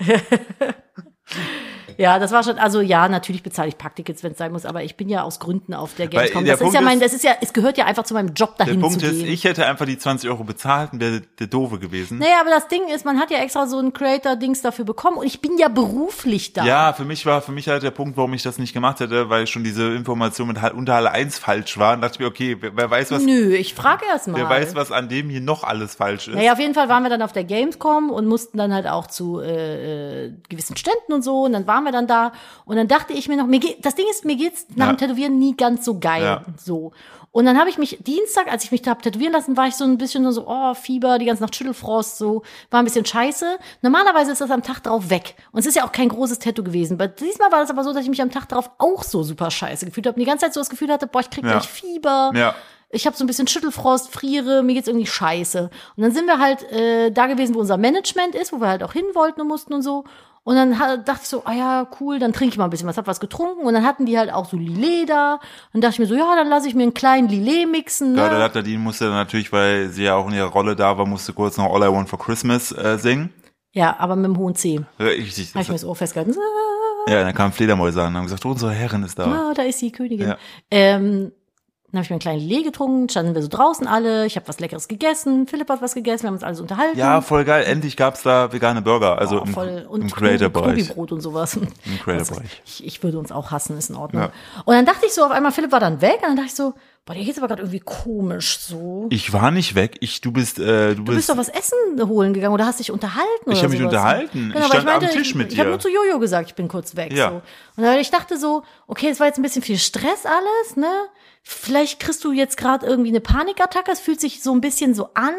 S2: Ja, das war schon, also ja, natürlich bezahle ich Parktickets, wenn es sein muss, aber ich bin ja aus Gründen auf der Gamescom.
S1: der
S2: das ist
S1: Punkt
S2: ja mein,
S1: ist-
S2: das ist ja, es gehört ja einfach zu meinem Job,
S1: Der
S2: dahin
S1: Punkt
S2: zu
S1: ist,
S2: gehen.
S1: ich hätte einfach die 20 Euro bezahlt und wäre der Doofe gewesen.
S2: naja, aber das Ding ist, man hat ja extra so ein Creator-Dings dafür bekommen und ich bin ja beruflich da.
S1: Ja, für mich war, für mich halt der Punkt, warum ich das nicht gemacht hätte, weil schon diese Information mit Hal- unter Halle 1 falsch war und dachte ich mir, okay, wer, wer weiß, was,
S2: Nö, ich frage erst mal.
S1: wer weiß, was an dem hier noch alles falsch ist.
S2: Naja, auf jeden Fall waren wir dann auf der Gamescom und mussten dann halt auch zu äh, äh, gewissen Ständen und so. Und dann waren wir dann da. Und dann dachte ich mir noch, mir geht, das Ding ist, mir geht's nach
S1: Ja.
S2: dem Tätowieren nie ganz so geil.
S1: Ja.
S2: So. Und dann habe ich mich Dienstag, als ich mich da hab tätowieren lassen, war ich so ein bisschen nur so, oh, Fieber, die ganze Nacht Schüttelfrost, so, war ein bisschen scheiße. Normalerweise ist das am Tag drauf weg. Und es ist ja auch kein großes Tattoo gewesen. Aber diesmal war das aber so, dass ich mich am Tag drauf auch so super scheiße gefühlt habe. Und die ganze Zeit so das Gefühl hatte, boah, ich krieg
S1: Ja.
S2: gleich Fieber.
S1: Ja.
S2: ich habe so ein bisschen Schüttelfrost, friere, mir geht's irgendwie scheiße. Und dann sind wir halt äh, da gewesen, wo unser Management ist, wo wir halt auch hin wollten und mussten und so. Und dann ha- dachte ich so, ah ja, cool, dann trinke ich mal ein bisschen was, hab was getrunken. Und dann hatten die halt auch so Lillet da. Dann dachte ich mir so, ja, dann lasse ich mir einen kleinen Lillet mixen. Ne?
S1: Ja, der Latadin musste dann natürlich, weil sie ja auch in ihrer Rolle da war, musste kurz noch All I Want for Christmas äh, singen.
S2: Ja, aber mit dem hohen C.
S1: Richtig.
S2: Habe ich mir das Ohr festgehalten. So,
S1: Ja, dann kamen Fledermäuse an und haben gesagt, unsere Herrin ist da.
S2: Ah, da ist die Königin.
S1: Ja.
S2: Ähm, dann habe ich mir einen kleinen Lillet getrunken, standen wir so draußen alle. Ich habe was Leckeres gegessen, Philipp hat was gegessen, wir haben uns alles unterhalten.
S1: Ja, voll geil. Endlich gab's da vegane Burger, also
S2: Oh,
S1: im,
S2: voll. Und
S1: im Creator-Bereich.
S2: Brot und sowas. Im
S1: Creator-Bereich.
S2: Ich, ich würde uns auch hassen, ist in Ordnung.
S1: Ja.
S2: Und dann dachte ich so, auf einmal Philipp war dann weg und dann dachte ich so, boah, dir geht's aber gerade irgendwie komisch so.
S1: Ich war nicht weg. Ich, du bist, äh, du,
S2: Du bist
S1: bist,
S2: doch was essen holen gegangen oder hast dich unterhalten
S1: Ich
S2: oder
S1: hab mich
S2: sowas.
S1: unterhalten. Ich
S2: aber
S1: stand am Tisch
S2: ich,
S1: mit
S2: Ich habe
S1: dir.
S2: nur zu Jojo gesagt, ich bin kurz weg.
S1: Ja.
S2: So. Und dann, ich dachte so, okay, es war jetzt ein bisschen viel Stress alles, ne? Vielleicht kriegst du jetzt gerade irgendwie eine Panikattacke, es fühlt sich so ein bisschen so an.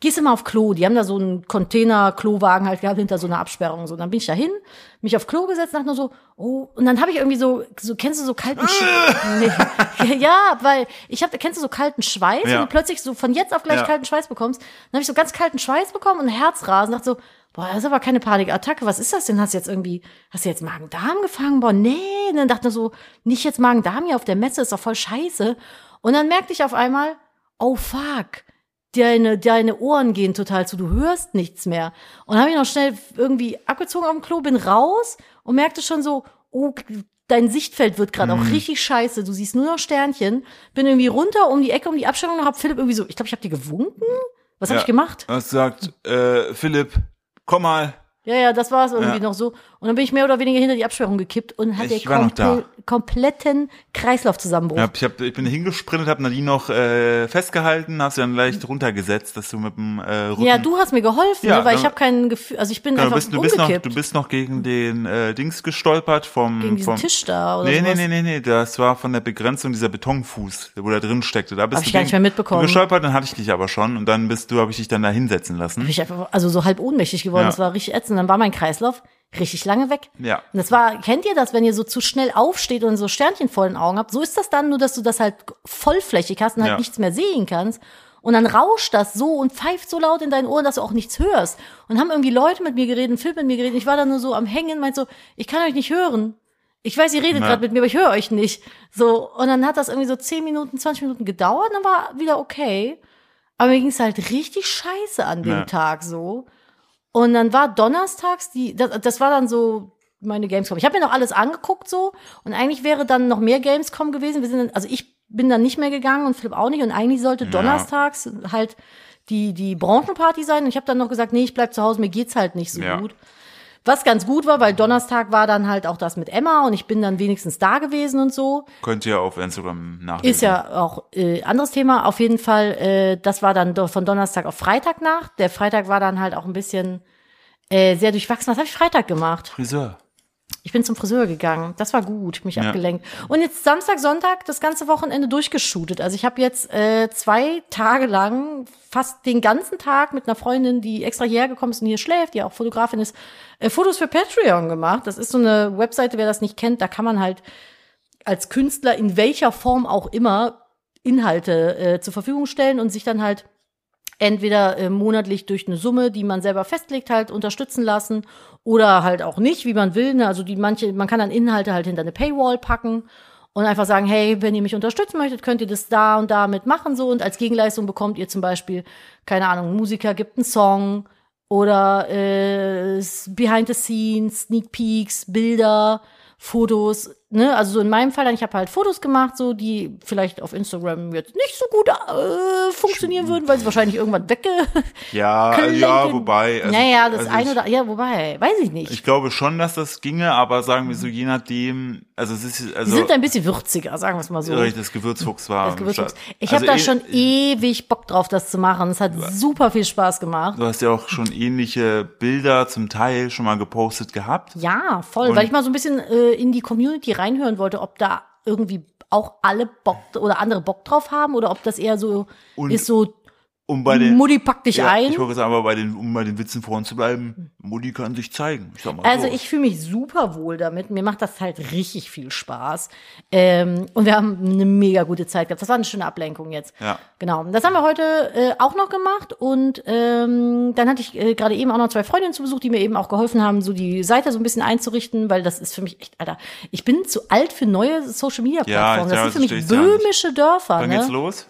S2: Gehst immer auf Klo, die haben da so einen Container-Klowagen halt gehabt hinter so einer Absperrung. So, Und dann bin ich da hin, mich auf Klo gesetzt, dachte nur so, oh, und dann habe ich irgendwie so, so, kennst du so kalten Schweiß? nee. Ja, weil ich habe, kennst du so kalten Schweiß,
S1: Ja.
S2: wenn du plötzlich so von jetzt auf gleich
S1: Ja.
S2: kalten Schweiß bekommst. Dann habe ich so ganz kalten Schweiß bekommen und Herzrasen. Dachte so, boah, das ist aber keine Panikattacke. Was ist das denn? Hast du jetzt irgendwie, hast du jetzt Magen-Darm gefangen? Boah, nee. Und dann dachte ich so, nicht jetzt Magen-Darm hier auf der Messe, ist doch voll scheiße. Und dann merkte ich auf einmal, oh fuck. Deine, deine Ohren gehen total zu, du hörst nichts mehr. Und habe ich noch schnell irgendwie abgezogen auf dem Klo, bin raus und merkte schon so, oh, dein Sichtfeld wird gerade
S1: Mhm.
S2: auch richtig scheiße. Du siehst nur noch Sternchen. Bin irgendwie runter um die Ecke, um die Abstellung und hab Philipp irgendwie so, ich glaube, ich habe dir gewunken. Was habe
S1: Ja.
S2: ich gemacht?
S1: Hast gesagt, äh, Philipp, komm mal.
S2: Ja, ja, das war es irgendwie
S1: Ja.
S2: noch so. Und dann bin ich mehr oder weniger hinter die Absperrung gekippt und hatte
S1: Ich war noch da.
S2: kompletten Kreislaufzusammenbruch.
S1: Ich, hab, ich, hab, ich bin hingesprintet, habe Nadine noch äh, festgehalten, hast sie dann leicht runtergesetzt, dass du mit dem äh, Rücken.
S2: Ja, du hast mir geholfen,
S1: Ja,
S2: ne, weil ich
S1: dann-
S2: habe kein Gefühl, also ich bin
S1: Ja, du
S2: einfach
S1: bist, du bist noch,
S2: umgekippt
S1: du bist noch gegen den äh, Dings gestolpert vom
S2: gegen diesen
S1: vom,
S2: Tisch da oder
S1: Nee, nee,
S2: sowas.
S1: nee, nee, nee, das war von der Begrenzung dieser Betonfuß, wo da drin steckte. Da bist
S2: Hab
S1: du
S2: ich gar
S1: gegen-
S2: nicht mehr mitbekommen.
S1: Du gestolpert, dann hatte ich dich aber schon und dann bist du, habe ich dich dann da hinsetzen lassen.
S2: Bin ich einfach also so halb ohnmächtig geworden,
S1: Ja.
S2: das war richtig ätzend. Dann war mein Kreislauf richtig lange weg.
S1: Ja.
S2: Und das war, kennt ihr das, wenn ihr so zu schnell aufsteht und so Sternchen vor den Augen habt? So ist das dann, nur dass du das halt vollflächig hast und halt
S1: Ja.
S2: nichts mehr sehen kannst. Und dann rauscht das so und pfeift so laut in deinen Ohren, dass du auch nichts hörst. Und haben irgendwie Leute mit mir geredet, ein Film mit mir geredet. Ich war da nur so am Hängen, meint so, ich kann euch nicht hören. Ich weiß, ihr redet
S1: Ja.
S2: gerade mit mir, aber ich höre euch nicht. So, und dann hat das irgendwie so 10 Minuten, 20 Minuten gedauert, dann war wieder okay. Aber mir ging es halt richtig scheiße an dem
S1: Ja.
S2: Tag so. Und dann war donnerstags die, das, das war dann so meine Gamescom. Ich habe mir noch alles angeguckt so und eigentlich wäre dann noch mehr Gamescom gewesen. Wir sind, dann- also ich bin dann nicht mehr gegangen und Philipp auch nicht und eigentlich sollte donnerstags halt die die Branchenparty sein und ich habe dann noch gesagt, nee, ich bleib zu Hause, mir geht's halt nicht so
S1: Ja.
S2: gut. Was ganz gut war, weil Donnerstag war dann halt auch das mit Emma und ich bin dann wenigstens da gewesen und so.
S1: Könnt ihr auf Instagram nachlesen.
S2: Ist ja auch äh, anderes Thema. Auf jeden Fall, äh, das war dann do- von Donnerstag auf Freitag nach. Der Freitag war dann halt auch ein bisschen äh, sehr durchwachsen. Was habe ich Freitag gemacht?
S1: Friseur.
S2: Ich bin zum Friseur gegangen. Das war gut, mich
S1: Ja.
S2: abgelenkt. Und jetzt Samstag, Sonntag, das ganze Wochenende durchgeschootet. Also ich habe jetzt äh, zwei Tage lang, fast den ganzen Tag mit einer Freundin, die extra hierher gekommen ist und hier schläft, die auch Fotografin ist, äh, Fotos für Patreon gemacht. Das ist so eine Webseite, wer das nicht kennt, da kann man halt als Künstler in welcher Form auch immer Inhalte äh, zur Verfügung stellen und sich dann halt entweder äh, monatlich durch eine Summe, die man selber festlegt, halt unterstützen lassen oder halt auch nicht, wie man will. Ne? Also die manche, man kann dann Inhalte halt hinter eine Paywall packen und einfach sagen, hey, wenn ihr mich unterstützen möchtet, könnt ihr das da und damit machen so und als Gegenleistung bekommt ihr zum Beispiel, keine Ahnung, ein Musiker gibt einen Song oder äh, s- Behind the Scenes, Sneak Peeks, Bilder. Fotos, ne, also so in meinem Fall, dann, ich habe halt Fotos gemacht, so die vielleicht auf Instagram jetzt nicht so gut äh, funktionieren würden, weil sie wahrscheinlich irgendwann wegge.
S1: Ja,
S2: Klinken-
S1: ja, wobei. also-
S2: naja, das
S1: also
S2: eine
S1: ich-
S2: oder ja, wobei, weiß ich nicht.
S1: Ich glaube schon, dass das ginge, aber sagen wir so, je nachdem, also es ist,
S2: Mhm. die
S1: also
S2: sind ein bisschen würziger, sagen wir es mal so.
S1: richtig, das Gewürzfuchs war.
S2: Das
S1: am
S2: Gewürzfuchs.
S1: Start.
S2: Ich
S1: Also
S2: habe da
S1: eh-
S2: schon ewig Bock drauf, das zu machen. Es hat super viel Spaß gemacht.
S1: Du hast ja auch schon ähnliche Bilder zum Teil schon mal gepostet gehabt.
S2: Ja, voll, weil ich mal so ein bisschen äh, in die Community reinhören wollte, ob da irgendwie auch alle Bock oder andere Bock drauf haben oder ob das eher so
S1: Und-
S2: ist so
S1: um bei den
S2: Mutti packt dich
S1: ja,
S2: ein.
S1: Ich wollte sagen, aber bei den, um bei den Witzen vorn zu bleiben, Mutti kann sich zeigen. Ich sag mal
S2: Also
S1: so.
S2: ich fühle mich super wohl damit. Mir macht das halt richtig viel Spaß. Ähm, und wir haben eine mega gute Zeit gehabt. Das war eine schöne Ablenkung jetzt.
S1: Ja.
S2: Genau. Das haben wir heute äh, auch noch gemacht. Und ähm, dann hatte ich äh, gerade eben auch noch zwei Freundinnen zu Besuch, die mir eben auch geholfen haben, so die Seite so ein bisschen einzurichten, weil das ist für mich echt, Alter, ich bin zu alt für neue Social Media
S1: Ja,
S2: Plattformen.
S1: ja,
S2: das
S1: das
S2: sind für
S1: verstehe
S2: mich
S1: ich ja nicht.
S2: böhmische Dörfer.
S1: Wann geht's
S2: Ne?
S1: los?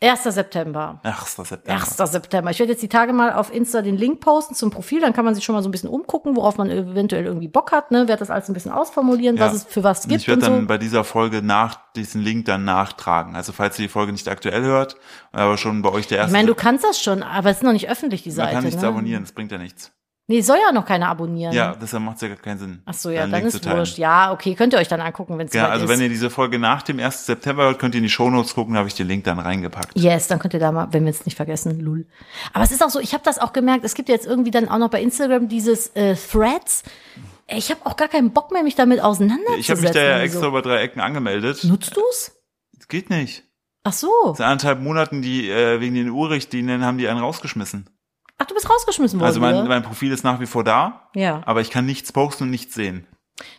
S2: 1. September.
S1: Ach, ist das September.
S2: 1. September. Ich werde jetzt die Tage mal auf Insta den Link posten zum Profil, dann kann man sich schon mal so ein bisschen umgucken, worauf man eventuell irgendwie Bock hat, ne? Werde das alles ein bisschen ausformulieren,
S1: Ja.
S2: was es für was
S1: Und
S2: gibt
S1: Ich werde
S2: und
S1: dann
S2: so.
S1: bei dieser Folge nach diesen Link dann nachtragen. Also falls ihr die Folge nicht aktuell hört, aber schon bei euch der
S2: Ich
S1: erste.
S2: meine, du kannst das schon, aber es ist noch nicht öffentlich, die
S1: man
S2: Seite.
S1: kann nichts
S2: ne?
S1: abonnieren, es bringt ja nichts.
S2: Nee, soll ja noch keiner abonnieren.
S1: Ja, deshalb macht es ja gar keinen Sinn.
S2: Ach so, ja,
S1: deinen
S2: dann
S1: Link zu
S2: ist
S1: teilen.
S2: wurscht. Ja, okay, könnt ihr euch dann angucken, wenn es
S1: Genau, also
S2: ist.
S1: wenn ihr diese Folge nach dem 1. September hört, könnt ihr in die Shownotes gucken, da habe ich den Link dann reingepackt.
S2: Yes, dann könnt ihr da mal, wenn wir es nicht vergessen, lul. Aber es ist auch so, ich habe das auch gemerkt, es gibt jetzt irgendwie dann auch noch bei Instagram dieses äh, Threads. Ich habe auch gar keinen Bock mehr, mich damit auseinanderzusetzen.
S1: Ich habe mich da ja
S2: irgendwie so. Hm?
S1: extra über drei Ecken angemeldet.
S2: Nutzt du's?
S1: Das geht nicht.
S2: Ach so.
S1: Seit anderthalb Monaten, die äh, wegen den Urrichtlinien haben die einen rausgeschmissen.
S2: Ach, du bist rausgeschmissen worden.
S1: Also mein,
S2: oder?
S1: mein Profil ist nach wie vor da,
S2: ja.
S1: aber ich kann nichts posten und nichts sehen.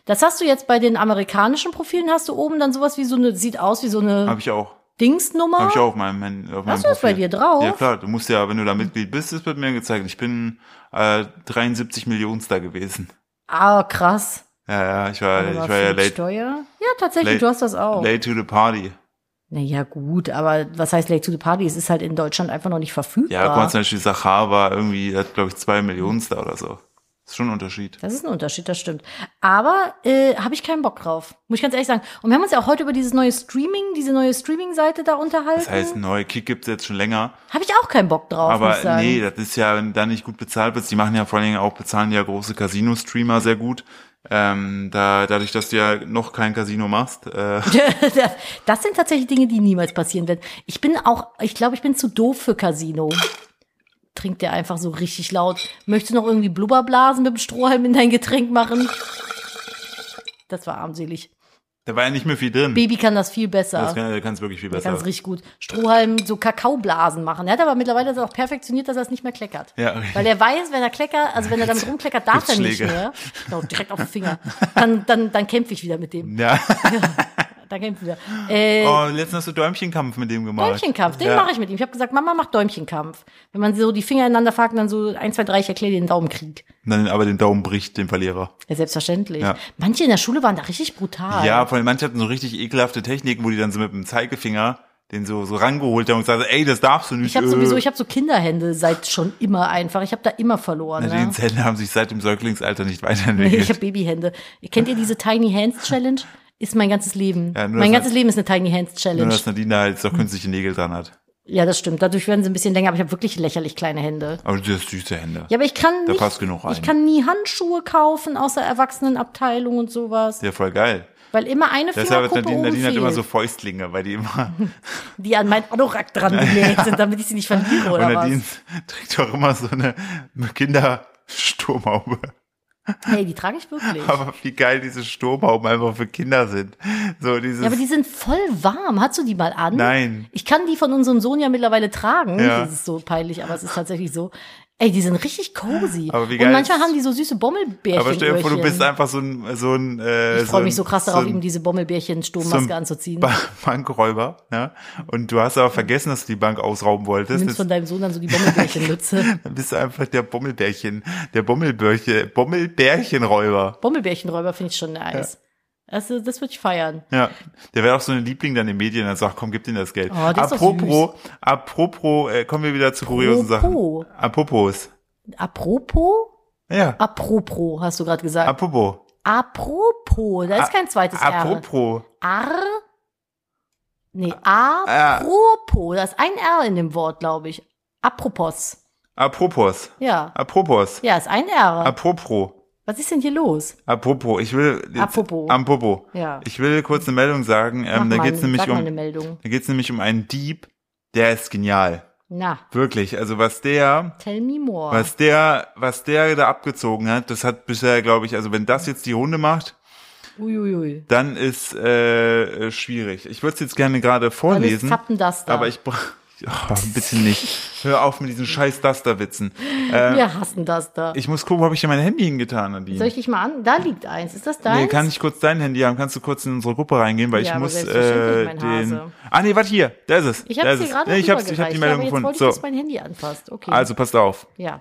S2: Das hast du jetzt bei den amerikanischen Profilen, hast du oben dann sowas wie so eine, sieht aus wie so eine
S1: Habe ich auch.
S2: Dingsnummer.
S1: Habe ich auch auf meinem Handy. Auf meinem
S2: Hm. Ah. du das bei
S1: Profil.
S2: dir drauf?
S1: Ja klar, du musst ja, wenn du da Mitglied bist, ist bei mir angezeigt. Ich bin äh, 73 Millionster gewesen.
S2: Ah, krass.
S1: Ja, ja, ich war, ich
S2: Aber
S1: war ja
S2: für die
S1: late,
S2: Steuer? Ja, tatsächlich,
S1: late-
S2: du hast das auch.
S1: late to the party.
S2: Naja, gut, aber was heißt Late to the Party? Es ist halt in Deutschland einfach noch nicht verfügbar.
S1: Ja, guck mal, zum Beispiel Sachar war irgendwie, hat glaube ich zwei Millionenster oder so. Ist schon ein Unterschied.
S2: Das ist ein Unterschied, das stimmt. Aber äh, habe ich keinen Bock drauf, muss ich ganz ehrlich sagen. Und wir haben uns ja auch heute über dieses neue Streaming, diese neue Streaming-Seite da unterhalten.
S1: Das heißt, neu Kick gibt's jetzt schon länger.
S2: habe ich auch keinen Bock drauf, muss ich
S1: Aber
S2: sagen.
S1: nee, das ist ja, wenn du da nicht gut bezahlt wird, die machen ja vor allen Dingen auch, bezahlen ja große Casino-Streamer sehr gut. Ähm, da, dadurch, dass du ja noch kein Casino machst, äh,
S2: Das- das sind tatsächlich Dinge, die niemals passieren werden. Ich bin auch, ich glaube, ich bin zu doof für Casino. Trinkt der einfach so richtig laut. Möchtest du noch irgendwie Blubberblasen mit dem Strohhalm in dein Getränk machen? Das war armselig.
S1: da war ja nicht mehr viel drin.
S2: Baby kann das viel besser.
S1: Das kann, kannst wirklich viel
S2: Der kann es
S1: besser.
S2: richtig gut. Strohhalm, so Kakaoblasen machen. Er hat aber mittlerweile das auch perfektioniert, dass er es nicht mehr kleckert.
S1: Ja,
S2: Weil er weiß, wenn er kleckert, also wenn er damit rumkleckert, darf er nicht
S1: Schläge.
S2: mehr. Genau, direkt auf den Finger. Dann, dann, dann kämpfe ich wieder mit dem.
S1: ja.
S2: Dann kämpfen wir. Äh,
S1: Oh, letztens hast du Däumchenkampf mit dem gemacht.
S2: Däumchenkampf, den
S1: ja.
S2: mache ich mit ihm. Ich habe gesagt, Mama macht Däumchenkampf. Wenn man so die Finger ineinander fragt, dann so eins, zwei, drei, ich erkläre dir den Daumenkrieg.
S1: Dann aber den Daumen bricht, den Verlierer.
S2: Ja, selbstverständlich.
S1: Ja.
S2: Manche in der Schule waren da richtig brutal.
S1: Ja, vor allem manche hatten so richtig ekelhafte Techniken, wo die dann so mit dem Zeigefinger den so, so rangeholt haben und gesagt haben, ey, das darfst du nicht.
S2: Ich habe
S1: äh.
S2: sowieso, ich habe so Kinderhände seit schon immer einfach. Ich habe da immer verloren.
S1: Na,
S2: ne?
S1: Also Die Zellen haben sich seit dem Säuglingsalter nicht
S2: Ich
S1: weiterentwickelt.
S2: habe Babyhände. Kennt ihr diese Tiny Hands Challenge? Ist mein ganzes Leben.
S1: Ja, nur
S2: mein
S1: das-
S2: ganzes Leben ist eine Tiny Hands
S1: Nur,
S2: Challenge.
S1: dass Nadine da jetzt doch künstliche Nägel dran hat.
S2: Ja, das stimmt. Dadurch werden sie ein bisschen länger, aber ich habe wirklich lächerlich kleine Hände.
S1: Aber du hast süße Hände.
S2: Ja, aber ich kann
S1: Da
S2: nicht,
S1: passt genug rein.
S2: ich kann nie Handschuhe kaufen außer Erwachsenenabteilung und sowas,
S1: Ja, voll geil.
S2: weil immer eine
S1: Deshalb hat
S2: Fingerkuppe
S1: Nadine,
S2: oben
S1: Nadine hat
S2: fehlt,
S1: immer so Fäustlinge, weil die immer,
S2: die an mein Anorak dran genäht sind, damit ich sie nicht verliere
S1: und
S2: oder
S1: Nadine
S2: was.
S1: trägt auch immer so eine Kindersturmhaube.
S2: Hey, die trage ich wirklich.
S1: Aber wie geil diese Sturmhauben einfach für Kinder sind. So dieses,
S2: Ja, aber die sind voll warm. Hast du die mal an?
S1: Nein.
S2: Ich kann die von unserem Sohn ja mittlerweile tragen.
S1: Ja.
S2: Das ist so peinlich, aber es ist tatsächlich so. Ey, die sind richtig cozy.
S1: Aber wie
S2: Und
S1: geil
S2: manchmal
S1: ist-
S2: haben die so süße Bommelbärchen.
S1: aber stell dir vor, du
S2: Öhrchen.
S1: bist einfach so ein, so ein, äh,
S2: Ich freue mich so
S1: ein-
S2: krass darauf,
S1: so ein
S2: ihm diese Bommelbärchen-Sturmmaske anzuziehen.
S1: Ba- Bankräuber, ne? Und du hast aber vergessen, dass du die Bank ausrauben
S2: Du
S1: wolltest.
S2: nimmst von deinem Sohn dann so die Bommelbärchenmütze.
S1: Dann bist du einfach der Bommelbärchen, der Bommelbärche, Bommelbärchenräuber.
S2: Bommelbärchenräuber finde ich schon nice. Also, das würde ich feiern.
S1: Ja, der wäre auch so ein Liebling dann in den Medien, dann sagt, komm, gib denen das Geld.
S2: Oh, der ist doch
S1: apropos, apropos, äh, kommen wir wieder zu kuriosen
S2: Apropos.
S1: Sachen. Apropos.
S2: Apropos?
S1: Ja,
S2: Apropos, hast du gerade gesagt.
S1: apropos.
S2: Apropos, da ist
S1: A-
S2: kein zweites R.
S1: Apropos.
S2: Ar. Nee, apropos. Da ist ein R in dem Wort, glaube ich. Apropos.
S1: Apropos.
S2: Ja.
S1: Apropos.
S2: Ja, ist ein R.
S1: Apropos.
S2: Was ist denn hier los?
S1: Apropos. Ich will. Jetzt,
S2: Apropos.
S1: Apropos.
S2: Ja.
S1: Ich will kurz eine Meldung sagen. Ähm, da
S2: Mach mal,
S1: geht's nämlich
S2: sag mal
S1: um.
S2: eine Meldung.
S1: Da geht's nämlich um einen Dieb, der ist genial.
S2: Na,
S1: Wirklich. Also was der,
S2: tell me more.
S1: was der, was der da abgezogen hat, das hat bisher, glaube ich, also wenn das jetzt die Runde macht,
S2: Uiuiui.
S1: dann ist äh, äh, schwierig. Ich würde es jetzt gerne gerade
S2: Dann ist
S1: vorlesen,
S2: Zappen das da.
S1: aber ich bra- Ach, bitte nicht. Hör auf mit diesen scheiß Duster-Witzen. Äh,
S2: Wir hassen das da.
S1: Ich muss gucken, wo habe ich denn mein Handy hingetan, Nadine?
S2: Soll ich dich mal an? Da liegt eins. Ist das deins?
S1: Nee, kann ich kurz dein Handy haben? Kannst du kurz in unsere Gruppe reingehen, weil
S2: Ja,
S1: ich
S2: aber
S1: muss äh,
S2: selbstverständlich, mein
S1: den.
S2: Hase.
S1: Ah nee, warte hier, da ist es.
S2: Ich
S1: da
S2: habe
S1: ist
S2: dir
S1: es.
S2: gerade
S1: nee, ich habe ich hab
S2: rübergereicht,
S1: die Meldung
S2: aber jetzt
S1: gefunden.
S2: wollte ich,
S1: So,
S2: dass mein Handy anfasst. Okay.
S1: also passt auf.
S2: Ja,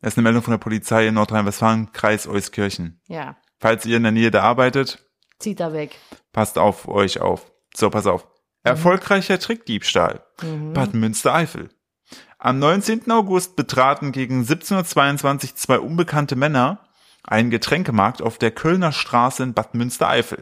S1: Das ist eine Meldung von der Polizei in Nordrhein-Westfalen, Kreis Euskirchen.
S2: ja.
S1: Falls ihr in der Nähe da arbeitet,
S2: Zieht da weg.
S1: passt auf euch auf. So, pass auf. Erfolgreicher Trickdiebstahl. Bad Münstereifel. Am 19. August betraten gegen 17.22 Uhr zwei unbekannte Männer einen Getränkemarkt auf der Kölner Straße in Bad Münstereifel.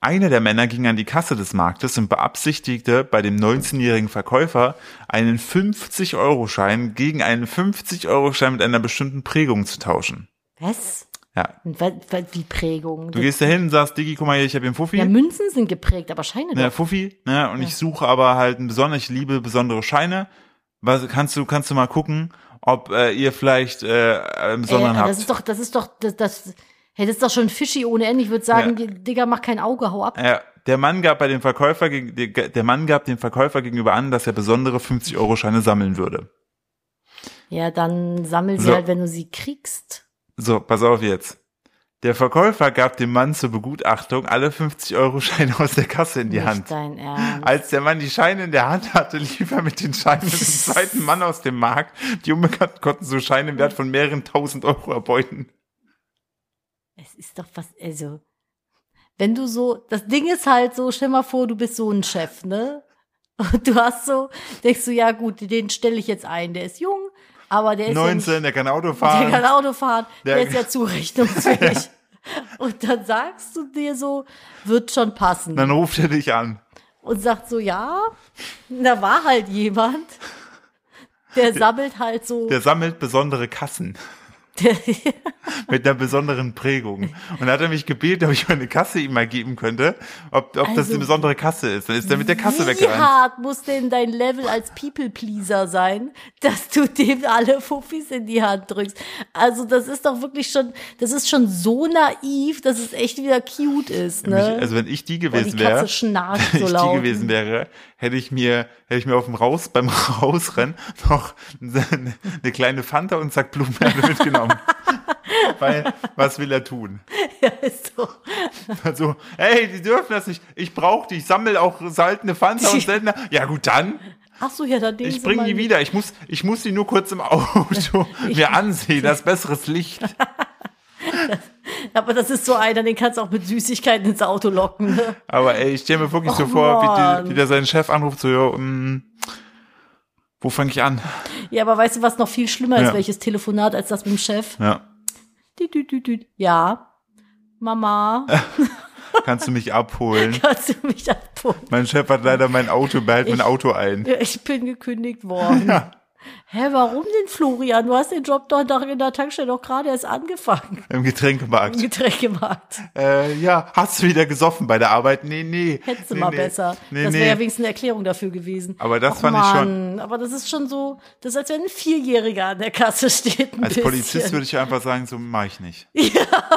S1: Einer der Männer ging an die Kasse des Marktes und beabsichtigte, bei dem 19-jährigen Verkäufer einen 50-Euro-Schein gegen einen 50-Euro-Schein mit einer bestimmten Prägung zu tauschen.
S2: Was?
S1: Ja.
S2: Und wa- wa- Wie Prägung?
S1: Du gehst da hin, sagst, Digi, guck mal hier, ich habe hier einen Fuffi.
S2: ja, Münzen sind geprägt, aber Scheine
S1: ne,
S2: doch.
S1: Fuffi, ne, und ich suche aber halt ein besonderes, ich liebe besondere Scheine. Was kannst du, kannst du mal gucken, ob äh, ihr vielleicht äh, einen
S2: Ey,
S1: besonderen
S2: aber das
S1: habt.
S2: ist doch, das ist doch, das, das, hey, das ist doch schon Fischi ohne Ende. Ich würde sagen,
S1: Ja. Äh.
S2: Digga, mach kein Auge, hau ab.
S1: Ja, der Mann gab bei dem Verkäufer geg- der der Mann gab dem Verkäufer gegenüber an, dass er besondere 50 Euro Scheine sammeln würde.
S2: Ja, dann sammel sie
S1: So.
S2: halt, wenn du sie kriegst.
S1: So, pass auf jetzt. Der Verkäufer gab dem Mann zur Begutachtung alle 50 Euro Scheine aus der Kasse in die
S2: Nicht
S1: Hand. Also
S2: dein Ernst.
S1: Als der Mann die Scheine in der Hand hatte, lief er mit den Scheinen zum zweiten Mann aus dem Markt. Die Unbekannten konnten so Scheine im Wert von mehreren tausend Euro erbeuten.
S2: Es ist doch was, also, wenn du so, das Ding ist halt so, stell mal vor, du bist so ein Chef, ne? Und du hast so, denkst du, ja gut, den stelle ich jetzt ein, der ist jung, aber der ist ja
S1: 19, der kann Auto
S2: nicht, der
S1: fahren.
S2: kann Auto fahren, der,
S1: Der-
S2: ist ja zurechnungsfähig. Und dann sagst du dir so, wird schon passen.
S1: Dann ruft er dich an.
S2: und sagt so, ja, da war halt jemand, der sammelt halt so,
S1: Der sammelt besondere Kassen
S2: der,
S1: mit einer besonderen Prägung. Und da hat er mich gebeten, ob ich meine Kasse ihm mal geben könnte, ob, ob das
S2: Also-
S1: eine besondere Kasse ist. Dann ist er mit der Kasse
S2: wie
S1: weggerannt.
S2: hart muss denn dein Level als People-Pleaser sein, dass du dem alle Fuffis in die Hand drückst? Also das ist doch wirklich schon, das ist schon so naiv, dass es echt wieder cute ist,
S1: Mich,
S2: ne?
S1: also wenn ich die
S2: Boah, die
S1: gewesen wäre,
S2: Katze schnarcht
S1: wenn
S2: so
S1: ich die
S2: laut.
S1: gewesen wäre, hätte ich mir, hätte ich mir auf dem Raus, beim Rausrennen noch eine, eine kleine Fanta und einen Sack Blumenerde mitgenommen. Weil, was will er tun?
S2: Ja, ist so.
S1: Also, hey, die dürfen das nicht. Ich brauche die. Ich sammle auch seltene Fanta und seltene. Ja, gut, dann.
S2: Ach so, ja, da nehmen
S1: Ich
S2: Sie
S1: bringe
S2: mal
S1: die
S2: mit.
S1: wieder. Ich muss, ich muss die nur kurz im Auto mir ansehen. Das ist besseres Licht.
S2: Aber das ist so einer, den kannst du auch mit Süßigkeiten ins Auto locken. Ne?
S1: Aber ey, ich stelle mir wirklich so
S2: Och,
S1: vor, wie,
S2: Oh, Mann.
S1: die, wie der seinen Chef anruft, so, ja, mm, wo fange ich an?
S2: Ja, aber weißt du, was noch viel schlimmer
S1: Ja.
S2: ist, welches Telefonat als das mit dem Chef?
S1: Ja.
S2: Dü, dü, dü, dü. Ja, Mama,
S1: Kannst du mich abholen?
S2: kannst du mich abholen?
S1: Mein Chef hat leider mein Auto, behält mein
S2: Ich-
S1: Auto ein.
S2: Ja, Ich bin gekündigt worden. Hä, warum denn, Florian? Du hast den Job doch nach, in der Tankstelle doch gerade erst angefangen.
S1: Im Getränkemarkt.
S2: Im Getränkemarkt.
S1: Äh, ja, hast du wieder gesoffen bei der Arbeit? Nee, nee.
S2: Hättest du
S1: nee,
S2: mal
S1: nee.
S2: besser.
S1: Nee,
S2: das wäre
S1: nee.
S2: ja wenigstens eine Erklärung dafür gewesen.
S1: Aber das
S2: Och,
S1: fand ich schon-
S2: Mann, Aber das ist schon so, das ist, als wenn ein Vierjähriger an der Kasse steht. Ein
S1: Als
S2: bisschen.
S1: Polizist würde ich einfach sagen, so mach ich nicht.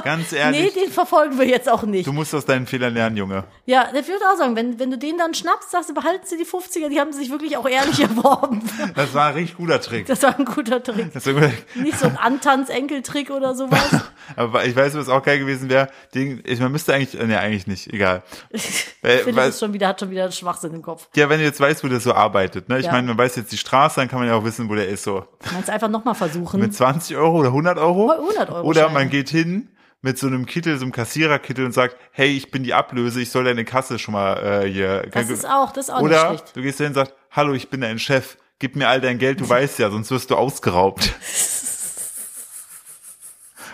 S1: Ganz
S2: Nee,
S1: ehrlich,
S2: den verfolgen wir jetzt auch nicht.
S1: du musst aus deinen Fehlern lernen, Junge.
S2: Ja, das würde ich auch sagen, wenn, wenn du den dann schnappst, sagst du, behalten sie die 50er, die haben sich wirklich auch ehrlich erworben.
S1: Das war ein richtig guter Trick.
S2: Das war ein guter Trick.
S1: Das war gut.
S2: Nicht so ein Antanz-Enkeltrick oder sowas.
S1: Aber ich weiß, was auch geil gewesen wäre. Den- ich- Man müsste eigentlich, nee, eigentlich nicht, egal. Äh,
S2: Philipp
S1: was-
S2: ist schon wieder, hat schon wieder einen Schwachsinn im Kopf.
S1: Ja, wenn du jetzt weißt, wo der so arbeitet, ne? Ich
S2: Ja.
S1: meine, man weiß jetzt die Straße, dann kann man ja auch wissen, wo der ist so.
S2: Meinst du einfach nochmal versuchen?
S1: Mit 20 Euro oder 100 Euro?
S2: 100 Oh, Euro
S1: Oder
S2: Schein.
S1: man geht hin mit so einem Kittel, so einem Kassiererkittel und sagt, hey, ich bin die Ablöse, ich soll deine Kasse schon mal äh, hier.
S2: Das ist auch, das ist auch
S1: Oder
S2: nicht schlecht.
S1: du gehst hin und sagst, hallo, ich bin dein Chef, gib mir all dein Geld, du weißt ja, sonst wirst du ausgeraubt.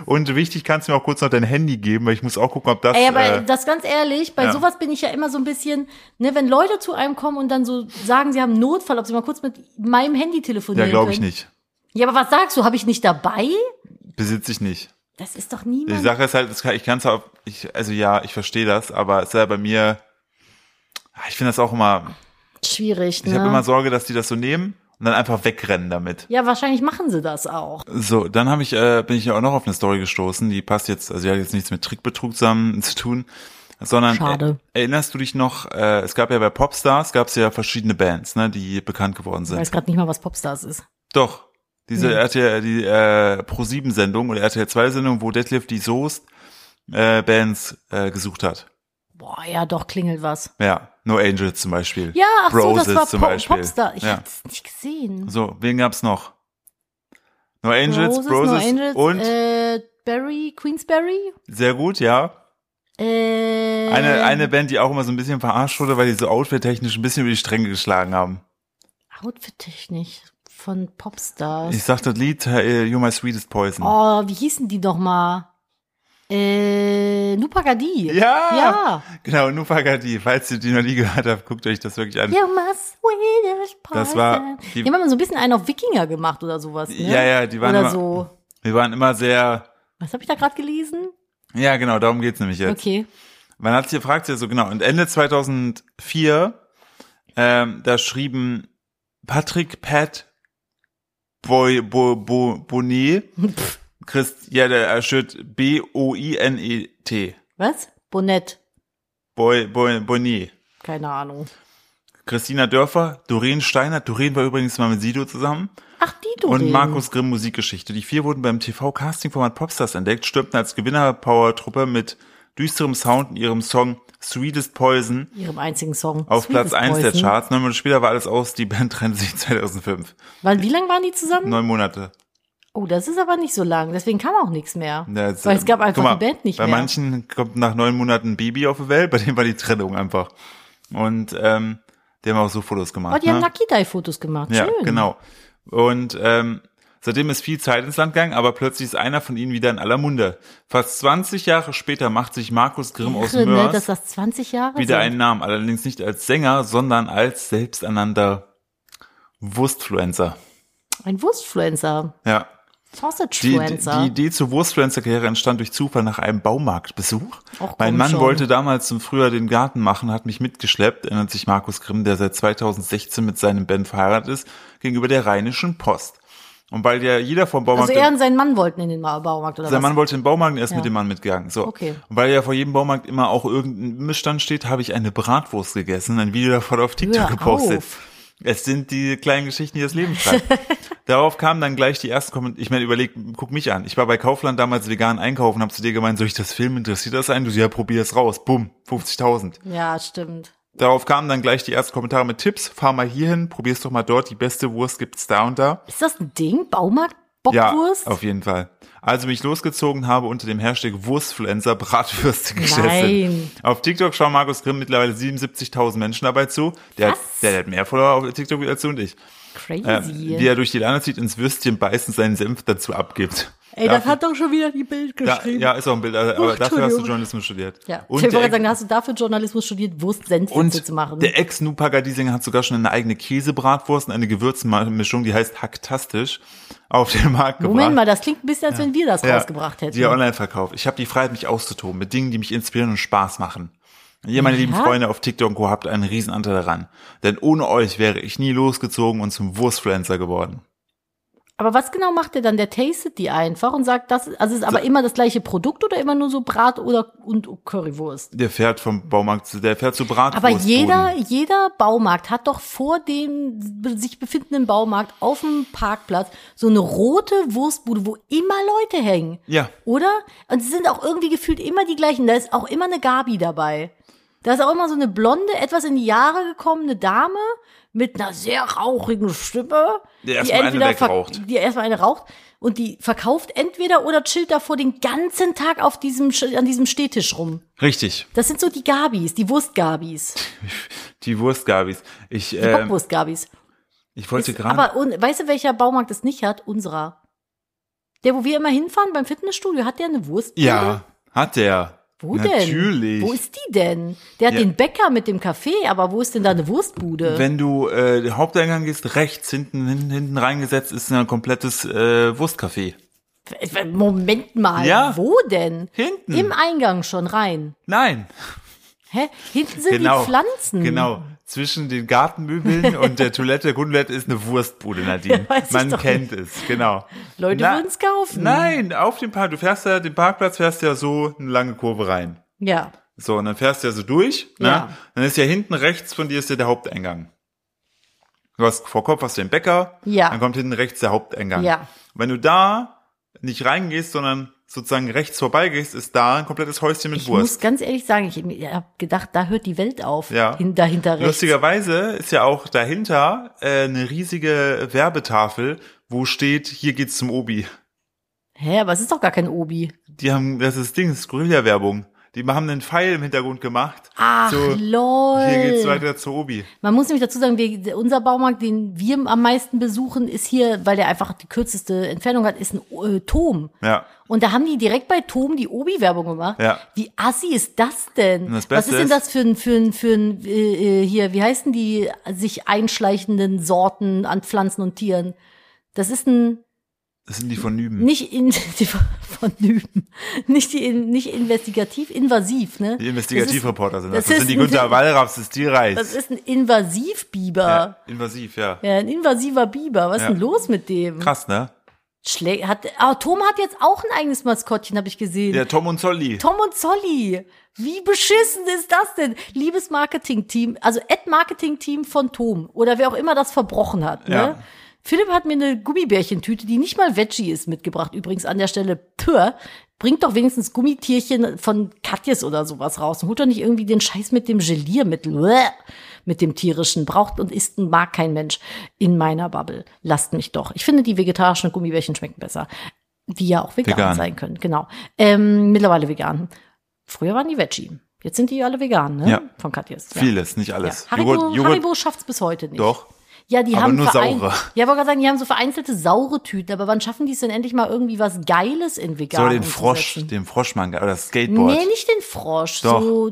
S1: Und wichtig, kannst du mir auch kurz noch dein Handy geben, weil ich muss auch gucken, ob das.
S2: Ey, aber
S1: äh,
S2: das ganz ehrlich, bei
S1: ja.
S2: sowas bin ich ja immer so ein bisschen, ne, wenn Leute zu einem kommen und dann so sagen, sie haben einen Notfall, ob sie mal kurz mit meinem Handy telefonieren
S1: ja, glaube ich
S2: können.
S1: nicht.
S2: Ja, aber was sagst du? Habe ich nicht dabei?
S1: Besitze ich nicht.
S2: Das ist doch niemand.
S1: Die Sache ist halt, das kann, ich kann es auch, ich, also ja, ich verstehe das, aber es ist ja bei mir, ah, ich finde das auch immer,
S2: Schwierig, ne?
S1: ich habe immer Sorge, dass die das so nehmen und dann einfach wegrennen damit.
S2: ja, wahrscheinlich machen sie das auch.
S1: So, dann habe ich, äh, bin ich ja auch noch auf eine Story gestoßen, die passt jetzt, also die hat jetzt nichts mit Trickbetrug zusammen zu tun, sondern
S2: Schade.
S1: er- erinnerst du dich noch, äh, es gab ja bei Popstars, gab es ja verschiedene Bands, ne, die bekannt geworden
S2: Ich
S1: sind.
S2: weiß gerade nicht mal, was Popstars ist.
S1: Doch. Diese
S2: Nee.
S1: RTL, die äh, Pro-7-Sendung oder RTL-2-Sendung, wo Detlef die Soest äh, Bands äh, gesucht hat.
S2: Boah, ja, doch klingelt was.
S1: Ja, No Angels zum Beispiel.
S2: Ja, ach so,
S1: Roses
S2: das
S1: zum
S2: war Pop
S1: Beispiel.
S2: Popstar. Ich
S1: Ja.
S2: hab's nicht gesehen.
S1: So, wen gab's noch? No Angels, Roses,
S2: No Angels
S1: und
S2: äh, Barry, Queensberry.
S1: sehr gut, ja.
S2: Äh,
S1: Eine, eine Band, die auch immer so ein bisschen verarscht wurde, weil die so outfit-technisch ein bisschen über die Stränge geschlagen haben.
S2: Outfit-Technik von Popstars.
S1: Ich sag das Lied, äh, You My Sweetest Poison.
S2: Oh, wie hießen die doch mal? Äh, Nupagadi.
S1: Ja!
S2: Ja.
S1: Genau, Nupagadi. Falls ihr die noch nie gehört habt, guckt euch das wirklich an.
S2: You must Swedish
S1: Das war die-
S2: Die, die haben immer so ein bisschen einen auf Wikinger gemacht oder sowas. Ne?
S1: Ja, ja, die waren
S2: Oder
S1: immer-
S2: so.
S1: Wir waren immer sehr,
S2: Was habe ich da gerade gelesen?
S1: ja genau, darum geht's nämlich jetzt.
S2: Okay.
S1: Man hat sich gefragt, ja so genau. Und Ende 2004, ähm, da schrieben Patrick Pat Boy, Bo, Bo, Bonnet, Christ, ja, der erschüttert B-O-I-N-E-T.
S2: Was? Bonett.
S1: E Boy, Boy, Bonnet.
S2: Keine Ahnung.
S1: Christina Dörfer, Doreen Steiner, Doreen war übrigens mal mit Sido zusammen.
S2: Ach, die du.
S1: Und Markus Grimm Musikgeschichte. Die vier wurden beim TV-Casting-Format Popstars entdeckt, stürmten als Gewinner-Power-Truppe mit düsterem Sound in ihrem Song Sweetest Poison
S2: Ihrem einzigen Song.
S1: auf
S2: Sweetest
S1: Platz 1 der
S2: Poison.
S1: Charts. Neun Monate später war alles aus, die Band trennte sich 2005.
S2: Wann, wie lang waren die zusammen?
S1: Neun Monate.
S2: Oh, das ist aber nicht so lang. Deswegen kam auch nichts mehr.
S1: Ja, jetzt,
S2: Weil es gab
S1: äh,
S2: einfach
S1: guck mal,
S2: die Band nicht
S1: bei
S2: mehr.
S1: Bei manchen kommt nach neun Monaten ein Baby auf die Welt, bei denen war die Trennung einfach. Und ähm, die haben auch so Fotos gemacht.
S2: Aber Oh, die
S1: ne?
S2: haben Nakidai-Fotos gemacht.
S1: Ja,
S2: Schön.
S1: genau. Und ähm, seitdem ist viel Zeit ins Land gegangen, aber plötzlich ist einer von ihnen wieder in aller Munde. Fast 20 Jahre später macht sich Markus Grimm aus
S2: Irre, ne, dass
S1: Mörs
S2: das 20 Jahre
S1: wieder
S2: sind.
S1: einen Namen, allerdings nicht als Sänger, sondern als selbsternannter Wurstfluencer.
S2: Ein Wurstfluencer.
S1: Ja. Die, die
S2: Sausage-Fluencer.
S1: die Idee zur Wurstfluencer-Karriere entstand durch Zufall nach einem Baumarktbesuch.
S2: Och,
S1: mein
S2: komm
S1: Mann
S2: schon.
S1: wollte damals zum Frühjahr den Garten machen, hat mich mitgeschleppt, erinnert sich Markus Grimm, der seit 2016 mit seinem Band verheiratet ist, gegenüber der Rheinischen Post. Und weil ja jeder vom Baumarkt
S2: Also er und sein Mann wollten in den Ma- Baumarkt oder
S1: sein
S2: was?
S1: Mann wollte den Baumarkt, er ist
S2: Ja.
S1: mit dem Mann mitgegangen. So.
S2: Okay.
S1: Und weil ja vor jedem Baumarkt immer auch irgendein Missstand steht, habe ich eine Bratwurst gegessen, ein Video davon auf TikTok
S2: Hör
S1: gepostet.
S2: auf.
S1: Es sind die kleinen Geschichten, die das Leben schreiben. Darauf kamen dann gleich die ersten Kommentare. Ich meine, überleg, guck mich an. Ich war bei Kaufland damals vegan einkaufen und habe zu dir gemeint, soll ich das Film interessiert das einen? Du, ja, probier das raus. Bumm, 50.000.
S2: ja, stimmt.
S1: Darauf kamen dann gleich die ersten Kommentare mit Tipps. Fahr mal hierhin, probier's doch mal dort. Die beste Wurst gibt's da und da.
S2: Ist das ein Ding? Baumarkt?
S1: Ja,
S2: Bockwurst?
S1: auf jeden Fall. Also mich losgezogen habe unter dem Hashtag Wurstfluencer Bratwürste gegessen.
S2: Nein.
S1: Auf TikTok schauen Markus Grimm mittlerweile 77.000 Menschen dabei zu. Der, hat,
S2: Was?
S1: der hat mehr Follower auf TikTok als du und ich. Äh,
S2: Crazy.
S1: wie er durch die Lande zieht, ins Würstchen beißt und seinen Senf dazu abgibt.
S2: Ey, das hat doch schon wieder die Bild
S1: da,
S2: geschrieben.
S1: Ja, ist auch ein Bild, also, aber dafür hast du
S2: Entschuldigung.
S1: Journalismus studiert.
S2: Ja.
S1: Und
S2: ich wollte
S1: der,
S2: gerade sagen, da hast du dafür Journalismus studiert, Wurstsenfwitze
S1: und
S2: zu machen.
S1: der ex Nupagadisinger hat sogar schon eine eigene Käsebratwurst und eine Gewürzmischung, die heißt Hacktastisch, auf den Markt gebracht.
S2: Moment mal, das klingt ein bisschen, als wenn wir das rausgebracht hätten.
S1: Die online verkauft. Ich habe die Freiheit, mich auszutoben mit Dingen, die mich inspirieren und Spaß machen. Ihr, meine lieben
S2: Ja.
S1: Freunde auf TikTok und Co. habt einen riesen Anteil daran. Denn ohne euch wäre ich nie losgezogen und zum Wurstfluencer geworden.
S2: Aber was genau macht der dann? Der tastet die einfach und sagt, das, also ist aber immer das gleiche Produkt oder immer nur so Brat oder und Currywurst?
S1: Der fährt vom Baumarkt, zu- der fährt zu Bratwurst.
S2: Aber jeder, jeder Baumarkt hat doch vor dem sich befindenden Baumarkt auf dem Parkplatz so eine rote Wurstbude, wo immer Leute hängen.
S1: Ja.
S2: Oder? Und sie sind auch irgendwie gefühlt immer die gleichen. Da ist auch immer eine Gabi dabei. Da ist auch immer so eine blonde, etwas in die Jahre gekommene Dame mit einer sehr rauchigen Stimme,
S1: Die erstmal eine
S2: ver-
S1: wegraucht.
S2: die erstmal eine raucht und die verkauft entweder oder chillt davor den ganzen Tag auf diesem, Sch- an diesem Stehtisch rum.
S1: Richtig.
S2: Das sind so die Gabis, die Wurstgabis.
S1: Die Wurstgabis. Ich,
S2: Die
S1: äh,
S2: Bockwurst-Gabis.
S1: ich wollte
S2: Ist-
S1: gerade.
S2: Aber un, weißt du, welcher Baumarkt es nicht hat? Unserer. Der, wo wir immer hinfahren beim Fitnessstudio, hat der eine Wurst?
S1: Ja, hat der.
S2: Hm? Wo
S1: Natürlich.
S2: denn? Wo ist die denn? Der hat
S1: Ja.
S2: den Bäcker mit dem Kaffee, aber wo ist denn da eine Wurstbude?
S1: Wenn du äh, den Haupteingang gehst, rechts hinten, hinten, hinten reingesetzt, ist ein komplettes äh, Wurstcafé.
S2: Moment mal,
S1: Ja.
S2: wo denn?
S1: Hinten.
S2: Im Eingang schon rein.
S1: Nein.
S2: Hä? Hinten sind die Pflanzen.
S1: Genau. Zwischen den Gartenmöbeln und der Toilette der Grundtoilette ist eine Wurstbude, Nadine.
S2: Ja, weiß ich
S1: Man
S2: doch
S1: kennt es, genau.
S2: Leute würden's kaufen.
S1: Nein, auf dem Park. Du fährst ja, den Parkplatz fährst ja so eine lange Kurve rein.
S2: Ja.
S1: So, und dann fährst du ja so durch,
S2: Ja.
S1: ne? Dann ist ja hinten rechts von dir ist ja der Haupteingang. Du hast vor Kopf hast du den Bäcker,
S2: Ja.
S1: dann kommt hinten rechts der Haupteingang.
S2: Ja.
S1: Wenn du da nicht reingehst, sondern sozusagen rechts vorbeigehst, ist da ein komplettes Häuschen mit
S2: Ich muss
S1: Wurst.
S2: ganz ehrlich sagen, ich habe gedacht, da hört die Welt auf.
S1: Ja.
S2: Hin, dahinter rechts.
S1: Lustigerweise ist ja auch dahinter äh, eine riesige Werbetafel, wo steht, hier geht's zum Obi.
S2: Hä, aber es ist doch gar kein Obi.
S1: Die haben, das ist Ding, das ist Guerilla-Werbung. Die haben einen Pfeil im Hintergrund gemacht.
S2: Ach,
S1: So,
S2: lol.
S1: Hier geht's weiter zu Obi.
S2: Man muss nämlich dazu sagen, wir, unser Baumarkt, den wir am meisten besuchen, ist hier, weil der einfach die kürzeste Entfernung hat, ist ein äh, Tom.
S1: Ja.
S2: Und da haben die direkt bei Tom die Obi-Werbung gemacht.
S1: Ja.
S2: Wie assi ist das denn?
S1: Und das
S2: Was
S1: Beste
S2: ist denn
S1: ist-
S2: das für ein, für ein, für ein, äh, äh, hier, wie heißen die sich einschleichenden Sorten an Pflanzen und Tieren? Das ist ein,
S1: Das sind die von Nüben.
S2: nicht in, die von Nüben, nicht die, in- nicht investigativ, invasiv,
S1: Die
S2: ne? Das ist,
S1: Investigativreporter sind das.
S2: das
S1: Das
S2: ist
S1: sind die
S2: ein-
S1: Günther Wallraffs des Tierreichs.
S2: das ist ein Invasivbiber.
S1: ja, invasiv, ja.
S2: Ja, ein invasiver Biber. Was
S1: Ja.
S2: ist denn los mit dem?
S1: Krass, ne?
S2: Schlä hat, ah, Tom hat jetzt auch ein eigenes Maskottchen, habe ich gesehen.
S1: Ja, Tom und Solly.
S2: Tom und Solly. Wie beschissen ist das denn? Liebes Marketing-Team, also Ad-Marketing-Team von Tom oder wer auch immer das verbrochen hat. Ne?
S1: Ja.
S2: Philipp hat mir eine Gummibärchentüte, die nicht mal Veggie ist, mitgebracht. Übrigens an der Stelle, pür, bringt doch wenigstens Gummitierchen von Katjes oder sowas raus und holt doch nicht irgendwie den Scheiß mit dem Geliermittel, bleh, mit dem tierischen. Braucht und isst und mag kein Mensch in meiner Bubble. Lasst mich doch. Ich finde, die vegetarischen Gummibärchen schmecken besser. Die ja auch vegan,
S1: Vegan.
S2: sein können, genau. Ähm, mittlerweile vegan. Früher waren die Veggie. Jetzt sind die alle vegan, ne?
S1: Ja.
S2: Von Katjes. Ja.
S1: Vieles, nicht
S2: Ja.
S1: alles.
S2: Haribo, Haribo schafft's bis heute nicht.
S1: doch.
S2: Ja, die
S1: Aber
S2: haben
S1: nur
S2: verein-
S1: saure.
S2: Ja, wollte gerade sagen, die haben so vereinzelte saure Tüten, aber wann schaffen die es denn endlich mal irgendwie was Geiles in vegan
S1: So den Frosch,
S2: umzusetzen?
S1: den Froschmanga oder das Skateboard.
S2: Nee, nicht den Frosch.
S1: Doch.
S2: So,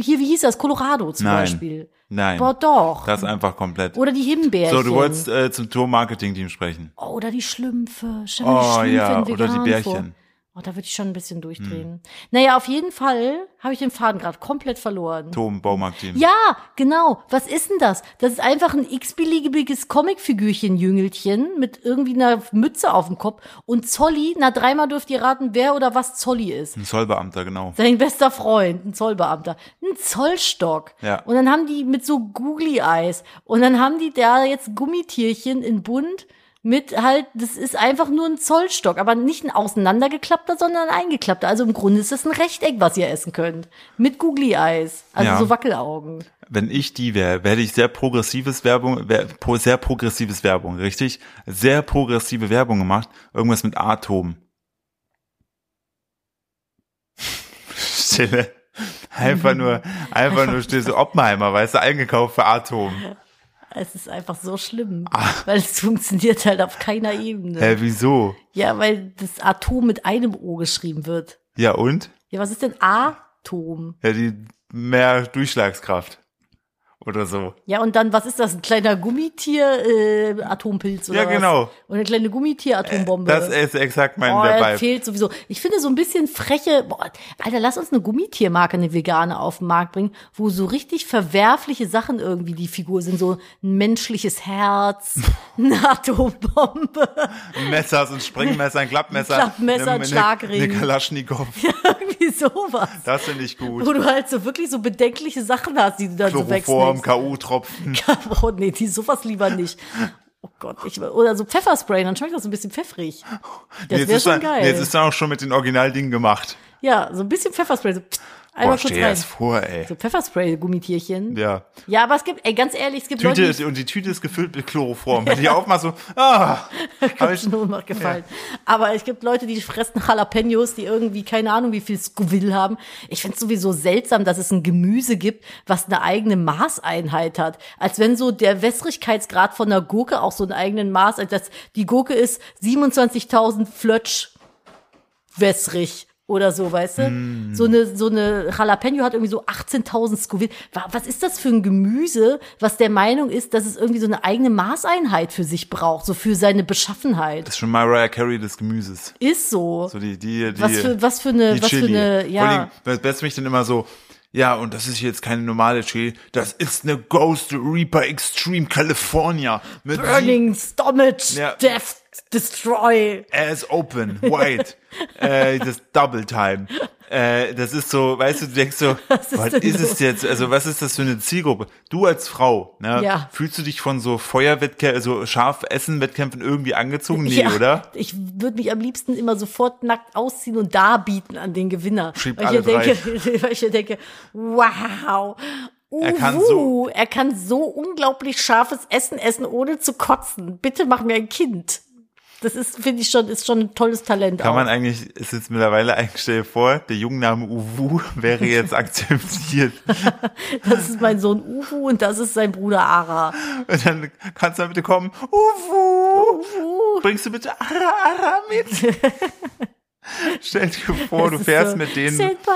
S2: hier, wie hieß das? Colorado zum
S1: Nein.
S2: Beispiel.
S1: Nein.
S2: Boah, doch.
S1: Das einfach komplett.
S2: Oder die Himbeeren.
S1: So, du wolltest äh, zum Tour-Marketing-Team sprechen.
S2: Oh, oder die Schlümpfe. Stell mir die
S1: Oh
S2: Schlümpfe
S1: ja,
S2: in vegan
S1: oder die
S2: Vor.
S1: Bärchen. Hm.
S2: Oh, da würde ich schon ein bisschen durchdrehen. Naja, auf jeden Fall habe ich den Faden gerade komplett verloren.
S1: Tom, Baumarkt-Team.
S2: ja, genau. Was ist denn das? Das ist einfach ein x-beliebiges Comicfigürchen, Jüngelchen, mit irgendwie einer Mütze auf dem Kopf. Und Zolli, na dreimal dürft ihr raten, wer oder was Zolli ist.
S1: Ein Zollbeamter, genau.
S2: Sein bester Freund, ein Zollbeamter, ein Zollstock.
S1: Ja.
S2: Und dann haben die mit so Googly Eyes. Und dann haben die da jetzt Gummitierchen in Bunt mit halt, das ist einfach nur ein Zollstock, aber nicht ein auseinandergeklappter, sondern ein eingeklappter. Also im Grunde ist das ein Rechteck, was ihr essen könnt. Mit Googly Eyes. Also
S1: Ja.
S2: so Wackelaugen.
S1: Wenn ich die wäre, werde ich sehr progressives Werbung, wer- pro- sehr progressives Werbung, richtig? Sehr progressive Werbung gemacht. Irgendwas mit Atom. Stille. Einfach nur, einfach nur still so Oppenheimer, weißt du, eingekauft für Atom.
S2: Es ist einfach so schlimm, weil es funktioniert halt auf keiner Ebene.
S1: Ah. Hä, wieso?
S2: Ja, weil das Atom mit einem O geschrieben wird.
S1: Ja und?
S2: Ja, was ist denn Atom?
S1: Ja, die mehr Durchschlagskraft. Oder so.
S2: Ja, und dann, was ist das? Ein kleiner Gummitier-Atompilz oder
S1: Ja,
S2: was?
S1: genau. Äh,
S2: Und eine kleine Gummitier-Atombombe.
S1: Das ist exakt mein
S2: Oh,
S1: der
S2: das
S1: Vibe.
S2: fehlt sowieso. Ich finde so ein bisschen freche, boah, Alter, lass uns eine Gummitiermarke, eine vegane auf den Markt bringen, wo so richtig verwerfliche Sachen irgendwie die Figur sind. So ein menschliches Herz, eine Atombombe,
S1: Ein Messer, so ein Springmesser, ein Klappmesser.
S2: Ein Klappmesser, ein
S1: eine-
S2: Schlagring.
S1: Eine Kalaschnikow.
S2: irgendwie sowas.
S1: Das finde ich gut.
S2: Wo du halt so wirklich so bedenkliche Sachen hast, die du dann so
S1: Chloroform,
S2: wegsnackst.
S1: K.O.-Tropfen.
S2: Oh nee, die sowas lieber nicht. Oh Gott, ich, oder so Pfefferspray, dann schmeckt das so ein bisschen pfeffrig. Das
S1: jetzt
S2: wäre
S1: ist
S2: schon
S1: dann,
S2: geil.
S1: Jetzt ist dann auch schon mit den Originaldingen gemacht.
S2: ja, so ein bisschen Pfefferspray. So, pst, einmal
S1: Boah,
S2: kurz
S1: stell dir
S2: rein.
S1: das vor, ey.
S2: So Pfefferspray-Gummitierchen. Ja.
S1: Ja.
S2: aber es gibt, ey, ganz ehrlich, es gibt
S1: Tüte
S2: Leute,
S1: ist, und die Tüte ist gefüllt mit Chloroform. Wenn die aufmachst, so, ah, hab ich,
S2: die Ohnmacht gefallen. Aber es gibt Leute, die fressen Jalapenos, die irgendwie keine Ahnung, wie viel Scoville haben. Ich find's sowieso seltsam, dass es ein Gemüse gibt, was eine eigene Maßeinheit hat. Als wenn so der Wässrigkeitsgrad von einer Gurke auch so einen eigenen Maß, dass die Gurke ist 27.000 Flötsch wässrig oder so, weißt du? So eine so eine Jalapeno hat irgendwie so 18.000 Scoville. Wa- Was ist das für ein Gemüse, was der Meinung ist, dass es irgendwie so eine eigene Maßeinheit für sich braucht, so für seine Beschaffenheit?
S1: das ist schon Mariah Carey des Gemüses.
S2: Ist so.
S1: So die, die, die,
S2: was für was für eine
S1: die
S2: was für
S1: Chili.
S2: eine
S1: Vor
S2: ja.
S1: allem, das Beste mich dann immer so, ja, und das ist jetzt keine normale Chili, das ist eine Ghost Reaper Extreme California mit
S2: Burning Stomach
S1: Ja.
S2: Death Destroy.
S1: Ass open, white. äh, das Double Time. Äh, das ist so, weißt du, du denkst so,
S2: Was ist
S1: was
S2: denn
S1: ist
S2: los?
S1: es jetzt? Also was ist das für eine Zielgruppe? Du als Frau, ne,
S2: Ja.
S1: fühlst du dich von so Feuerwettkämpfen, so Scharfessen-Wettkämpfen irgendwie angezogen? Nee,
S2: ja,
S1: oder?
S2: Ich würde mich am liebsten immer sofort nackt ausziehen und darbieten an den Gewinner.
S1: Schrieb
S2: weil ich
S1: alle
S2: ja denke, weil ich ja denke, wow.
S1: Er kann
S2: uhu,
S1: so-
S2: er kann so unglaublich scharfes Essen essen, ohne zu kotzen. Bitte mach mir ein Kind. Das ist, finde ich schon, ist schon ein tolles Talent.
S1: Kann
S2: auch.
S1: man eigentlich, ist jetzt mittlerweile eigentlich, stell dir vor, der Jungname Uwu wäre jetzt akzeptiert.
S2: das ist mein Sohn Uhu und das ist sein Bruder Ara.
S1: Und dann kannst du dann bitte kommen, Uwu,
S2: Uhu.
S1: bringst du bitte Ara Ara mit? stell dir vor, du
S2: Das ist
S1: fährst
S2: so,
S1: mit denen,
S2: Senpai.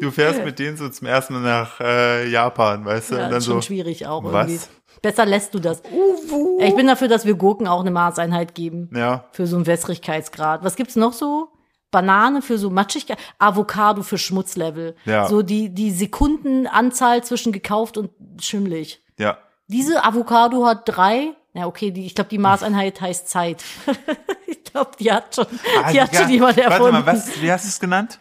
S1: du fährst mit denen so zum ersten Mal nach äh, Japan, weißt du?
S2: Ja,
S1: Und dann
S2: ist schon
S1: so,
S2: schwierig auch
S1: was?
S2: irgendwie. Besser lässt du das.
S1: Uwu.
S2: Ich bin dafür, dass wir Gurken auch eine Maßeinheit geben.
S1: Ja,
S2: Für so einen Wässrigkeitsgrad. Was gibt's noch so? Banane für so Matschigkeit, Avocado für Schmutzlevel.
S1: Ja.
S2: So die, die Sekundenanzahl zwischen gekauft und schimmelig.
S1: ja.
S2: Diese Avocado hat drei. Na okay, die, ich glaube, die Maßeinheit heißt Zeit. ich glaube, die hat schon,
S1: Ah,
S2: die hat
S1: Digga,
S2: schon jemand
S1: Warte
S2: erfunden.
S1: mal, was, wie hast du es genannt?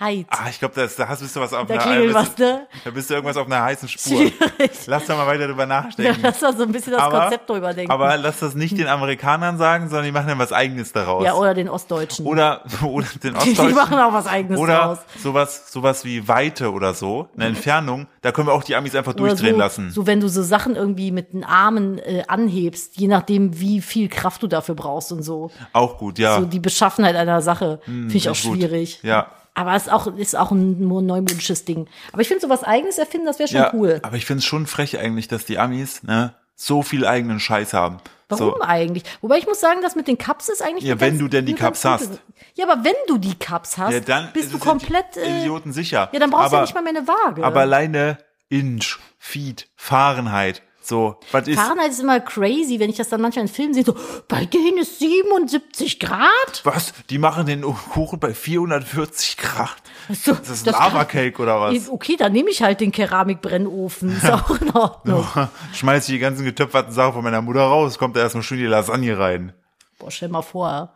S2: Zeit.
S1: Ah, ich glaube, da ist- da hast- bist du was auf
S2: da
S1: einer,
S2: klingelt was,
S1: bist,
S2: ne?
S1: da bist du irgendwas auf einer heißen Spur.
S2: Schwierig.
S1: Lass doch mal weiter drüber
S2: Ja,
S1: nachdenken.
S2: lass mal so ein bisschen das Konzept drüber denken.
S1: Aber lass das nicht den Amerikanern sagen, sondern die machen dann was Eigenes daraus.
S2: ja, oder den Ostdeutschen.
S1: oder, oder den
S2: die, die machen
S1: Ostdeutschen.
S2: auch was eigenes draus.
S1: Oder sowas, sowas wie Weite oder so, eine Entfernung. Da können wir auch die Amis einfach
S2: Oder
S1: durchdrehen
S2: so,
S1: lassen.
S2: So, wenn du so Sachen irgendwie mit den Armen äh, anhebst, je nachdem, wie viel Kraft du dafür brauchst und so.
S1: auch gut, ja.
S2: So die Beschaffenheit einer Sache finde ich auch
S1: ist Ah. Hm, gut.
S2: schwierig.
S1: Ja.
S2: Aber es ist auch, ist auch ein mo- neumodisches Ding. Aber ich finde, so was Eigenes erfinden, das wäre schon
S1: ja
S2: cool.
S1: Aber ich finde es schon frech eigentlich, dass die Amis ne, so viel eigenen Scheiß haben.
S2: Warum
S1: So,
S2: eigentlich? Wobei ich muss sagen, das mit den Cups ist eigentlich.
S1: Ja,
S2: eine
S1: wenn
S2: ganz-
S1: du denn die
S2: eine ganz
S1: Cups
S2: gute-
S1: hast.
S2: Ja, aber wenn du die Cups hast,
S1: ja, dann
S2: bist du
S1: sind die
S2: komplett. Äh,
S1: Idioten sicher.
S2: ja, dann brauchst
S1: aber,
S2: du ja nicht mal mehr eine Waage.
S1: Aber alleine Inch, Feet, Fahrenheit, so, was ist
S2: Fahrenheit ist immer crazy, wenn ich das dann manchmal in Filmen sehe, so, bei denen ist 77 Grad.
S1: Was? Die machen den Kuchen bei 440 Grad.
S2: So,
S1: Das ist ein
S2: das kann-
S1: Lava-Cake oder was?
S2: Okay, dann nehme ich halt den Keramikbrennofen. Ist auch in Ordnung.
S1: Schmeiß ich die ganzen getöpferten Sachen von meiner Mutter raus, kommt da erstmal schön die Lasagne rein.
S2: Boah, stell mal vor.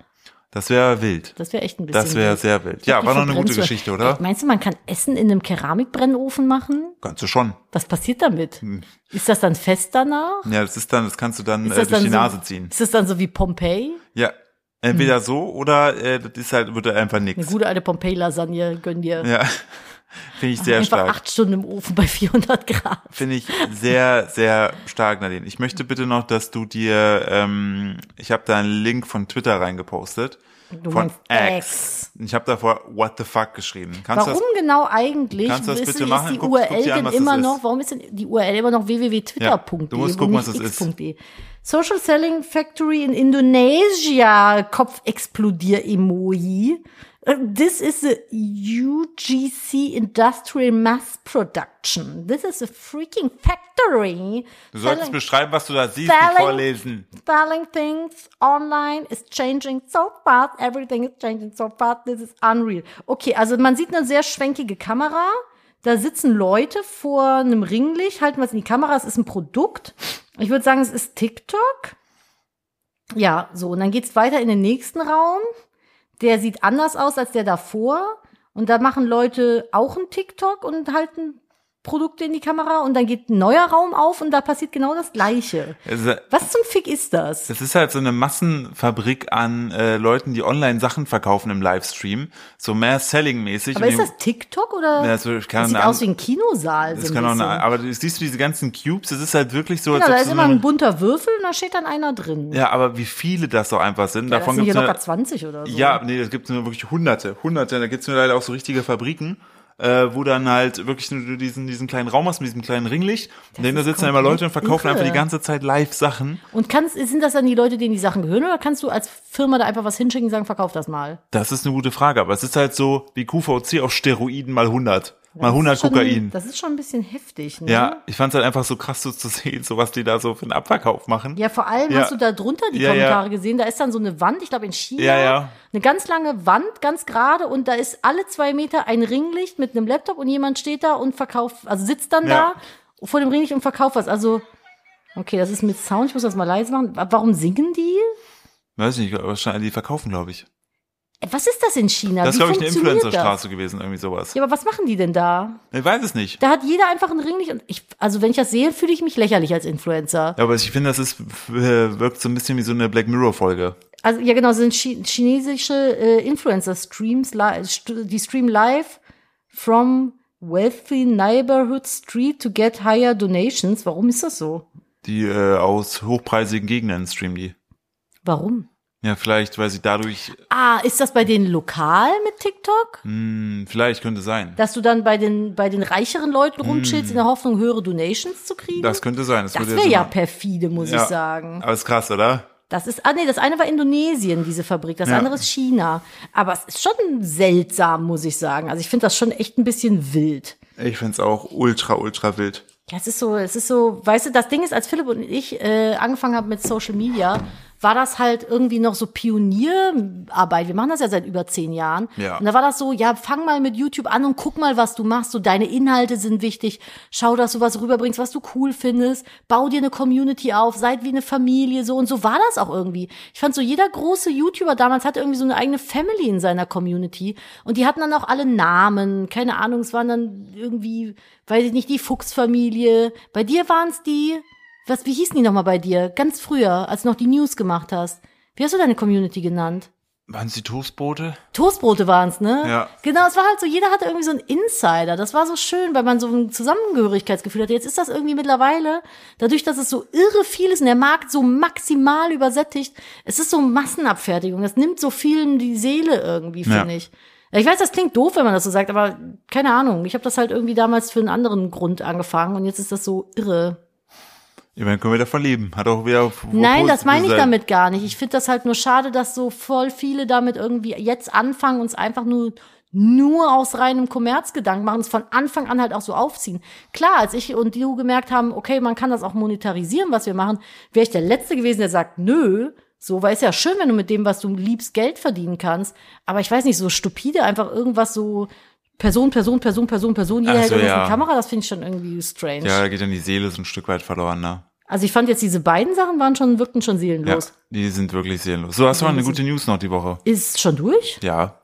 S1: Das wäre wild.
S2: Das wäre echt ein bisschen.
S1: Das wäre
S2: wild.
S1: sehr wild. Ja,
S2: Die
S1: war noch eine
S2: verbrennt
S1: gute
S2: so-
S1: Geschichte,
S2: Ey,
S1: oder?
S2: Meinst du, man kann Essen in einem Keramikbrennofen machen?
S1: Kannst du schon.
S2: Was passiert damit? Ist das dann fest danach?
S1: Ja, das ist dann, das kannst du dann Hm. äh,
S2: Ist das
S1: durch
S2: dann
S1: die
S2: so,
S1: Nase ziehen.
S2: Ist das dann so wie Pompeii?
S1: Ja. Entweder
S2: Hm.
S1: so oder äh, das ist halt, wird einfach
S2: Eine
S1: nichts.
S2: gute alte Pompeii-Lasagne gönn dir.
S1: Ja. Finde ich sehr
S2: Einfach
S1: stark.
S2: acht Stunden im Ofen bei 400 Grad.
S1: Finde ich sehr, sehr stark, Nadine. Ich möchte bitte noch, dass du dir, ähm, ich habe da einen Link von Twitter reingepostet.
S2: Du
S1: von
S2: meinst
S1: X. Ich habe davor What the fuck geschrieben. Kannst
S2: Warum genau eigentlich
S1: Kannst du das
S2: ist,
S1: bitte
S2: ist
S1: machen?
S2: die
S1: Guck- guck
S2: URL
S1: dir an,
S2: denn
S1: was das
S2: immer
S1: ist.
S2: noch, warum ist denn die URL immer noch www.twitter.de?
S1: Ja, du musst
S2: und
S1: gucken,
S2: nicht
S1: was das ist.
S2: x.de? Social Selling Factory in Indonesia, Kopf explodier Emoji. Äh, This is the UGC Industrial Mass Production. This is a freaking factory.
S1: das? Du solltest
S2: selling-
S1: beschreiben, was du da siehst,
S2: Selling-
S1: nicht vorlesen.
S2: selling things online is changing so fast. Everything is changing so fast. This is unreal. Okay, also man sieht eine sehr schwenkige Kamera. Da sitzen Leute vor einem Ringlicht, halten was in die Kamera. Es ist ein Produkt. Ich würde sagen, es ist TikTok. Ja, so. Und dann geht's weiter in den nächsten Raum. Der sieht anders aus als der davor. Und da machen Leute auch einen TikTok und halten Produkte in die Kamera. Und dann geht ein neuer Raum auf und da passiert genau das Gleiche.
S1: Es ist-
S2: Was zum Fick ist das?
S1: Das ist halt so eine Massenfabrik an äh, Leuten, die online Sachen verkaufen im Livestream. So mehr Selling-mäßig.
S2: Aber
S1: Und
S2: ist
S1: die-
S2: das TikTok oder?
S1: Ja, das wird- kann
S2: das sieht
S1: eine
S2: aus wie ein Kinosaal.
S1: das
S2: so
S1: kann
S2: Also ein
S1: auch eine,
S2: bisschen.
S1: aber du siehst du diese ganzen Cubes, das ist halt wirklich so,
S2: genau, da
S1: als
S2: ist
S1: ob
S2: immer ein
S1: so
S2: bunter Würfel und da steht dann einer drin.
S1: ja, aber wie viele das doch einfach sind.
S2: Ja, das
S1: Davon
S2: sind
S1: gibt's
S2: hier locker
S1: eine-
S2: 20 oder so.
S1: Ja, nee, das gibt's nur wirklich hunderte, hunderte. Da gibt's nur leider auch so richtige Fabriken, äh, wo dann halt wirklich nur du diesen, diesen kleinen Raum hast mit diesem kleinen Ringlicht. Und dann da sitzen dann immer Leute und verkaufen
S2: irre.
S1: einfach die ganze Zeit live Sachen.
S2: Und kannst, sind das dann die Leute, denen die Sachen gehören oder kannst du als Firma da einfach was hinschicken und sagen, verkauf das mal?
S1: Das ist eine gute Frage, aber es ist halt so wie QVC auf Steroiden mal 100. Mal 100
S2: Das ist schon-
S1: Kokain.
S2: Das ist schon ein bisschen heftig, ne?
S1: Ja, ich fand's halt einfach so krass so zu sehen, so was die da so für einen Abverkauf machen.
S2: Ja, vor allem
S1: Ja.
S2: hast du da drunter die
S1: Ja, ja.
S2: Kommentare gesehen. Da ist dann so eine Wand, ich glaube in China.
S1: Ja, ja.
S2: Eine ganz lange Wand, ganz gerade. Und da ist alle zwei Meter ein Ringlicht mit einem Laptop und jemand steht da und verkauft, also sitzt dann
S1: Ja.
S2: da vor dem Ringlicht und verkauft was. Also, okay, das ist mit Sound, ich muss das mal leise machen. Wa- Warum singen die?
S1: Weiß nicht, wahrscheinlich, die verkaufen, glaube ich.
S2: Äh, Was ist das in China?
S1: Das ist,
S2: Wie
S1: glaube ich, eine
S2: funktioniert das?
S1: Influencer-Straße gewesen, irgendwie sowas.
S2: Ja, aber was machen die denn da?
S1: Ich weiß es nicht.
S2: Da hat jeder einfach einen Ring nicht. Und ich, also wenn ich das sehe, fühle ich mich lächerlich als Influencer.
S1: Ja, aber ich finde, das ist, äh, wirkt so ein bisschen wie so eine Black Mirror-Folge.
S2: Also ja, genau, sind chi chinesische äh, Influencer-Streams, li- st- die streamen live from wealthy neighborhood street to get higher donations. Warum ist das so?
S1: Die äh, aus hochpreisigen Gegenden streamen die.
S2: Warum?
S1: Ja, vielleicht, weil sie dadurch,
S2: Ah, ist das bei denen lokal mit TikTok?
S1: Hm. mh, vielleicht könnte sein.
S2: Dass du dann bei den, bei den reicheren Leuten rumchillst in der Hoffnung, höhere Donations zu kriegen?
S1: Hm. Das könnte sein. Das,
S2: Das
S1: würde
S2: wäre
S1: Sinn
S2: ja
S1: machen.
S2: perfide, muss
S1: Ja.
S2: ich sagen.
S1: Aber ist krass, oder?
S2: Das ist, ah nee, das eine war Indonesien, diese Fabrik, das
S1: Ja.
S2: andere ist China. Aber es ist schon seltsam, muss ich sagen. Also ich finde das schon echt ein bisschen wild.
S1: Ich find's auch ultra, ultra wild.
S2: Ja, es ist so, es ist so, weißt du, das Ding ist, als Philipp und ich äh, angefangen haben mit Social Media, war das halt irgendwie noch so Pionierarbeit. Wir machen das ja seit über zehn Jahren.
S1: Ja.
S2: Und da war das so, ja, fang mal mit YouTube an und guck mal, was du machst. So deine Inhalte sind wichtig. Schau, dass du was rüberbringst, was du cool findest. Bau dir eine Community auf, seid wie eine Familie, so und so war das auch irgendwie. Ich fand so, jeder große YouTuber damals hatte irgendwie so eine eigene Family in seiner Community. Und die hatten dann auch alle Namen. Keine Ahnung, es waren dann irgendwie, weiß ich nicht, die Fuchsfamilie. Bei dir waren es die, was, wie hießen die nochmal bei dir? Ganz früher, als du noch die News gemacht hast. Wie hast du deine Community genannt?
S1: Waren sie Toastbrote?
S2: Toastbrote waren's, ne?
S1: Ja.
S2: Genau, es war halt so, jeder hatte irgendwie so einen Insider. Das war so schön, weil man so ein Zusammengehörigkeitsgefühl hatte. Jetzt ist das irgendwie mittlerweile, dadurch, dass es so irre viel ist und der Markt so maximal übersättigt, es ist so Massenabfertigung. Das nimmt so vielen die Seele irgendwie,
S1: Ja.
S2: finde ich. Ich weiß, das klingt doof, wenn man das so sagt, aber keine Ahnung. Ich habe das halt irgendwie damals für einen anderen Grund angefangen und jetzt ist das so irre.
S1: Ich meine, können wir davon leben. Hat auch wieder.
S2: Nein,
S1: positive
S2: das meine ich
S1: Seiten.
S2: damit gar nicht. Ich finde das halt nur schade, dass so voll viele damit irgendwie jetzt anfangen, uns einfach nur nur aus reinem Kommerzgedanken machen, es von Anfang an halt auch so aufziehen. Klar, als ich und du gemerkt haben, okay, man kann das auch monetarisieren, was wir machen, wäre ich der Letzte gewesen, der sagt, nö, so, weil es ist ja schön, wenn du mit dem, was du liebst, Geld verdienen kannst. Aber ich weiß nicht, so stupide einfach irgendwas so Person, Person, Person, Person, Person, jeder
S1: Ach
S2: hält
S1: so,
S2: irgendwas
S1: ja.
S2: in die Kamera, das finde ich schon irgendwie strange.
S1: Ja, da geht dann die Seele so ein Stück weit verloren, ne?
S2: Also ich fand jetzt diese beiden Sachen waren schon, wirkten schon seelenlos.
S1: Ja, die sind wirklich seelenlos. So, hast du mal eine gute News noch die Woche?
S2: Ist schon durch?
S1: Ja.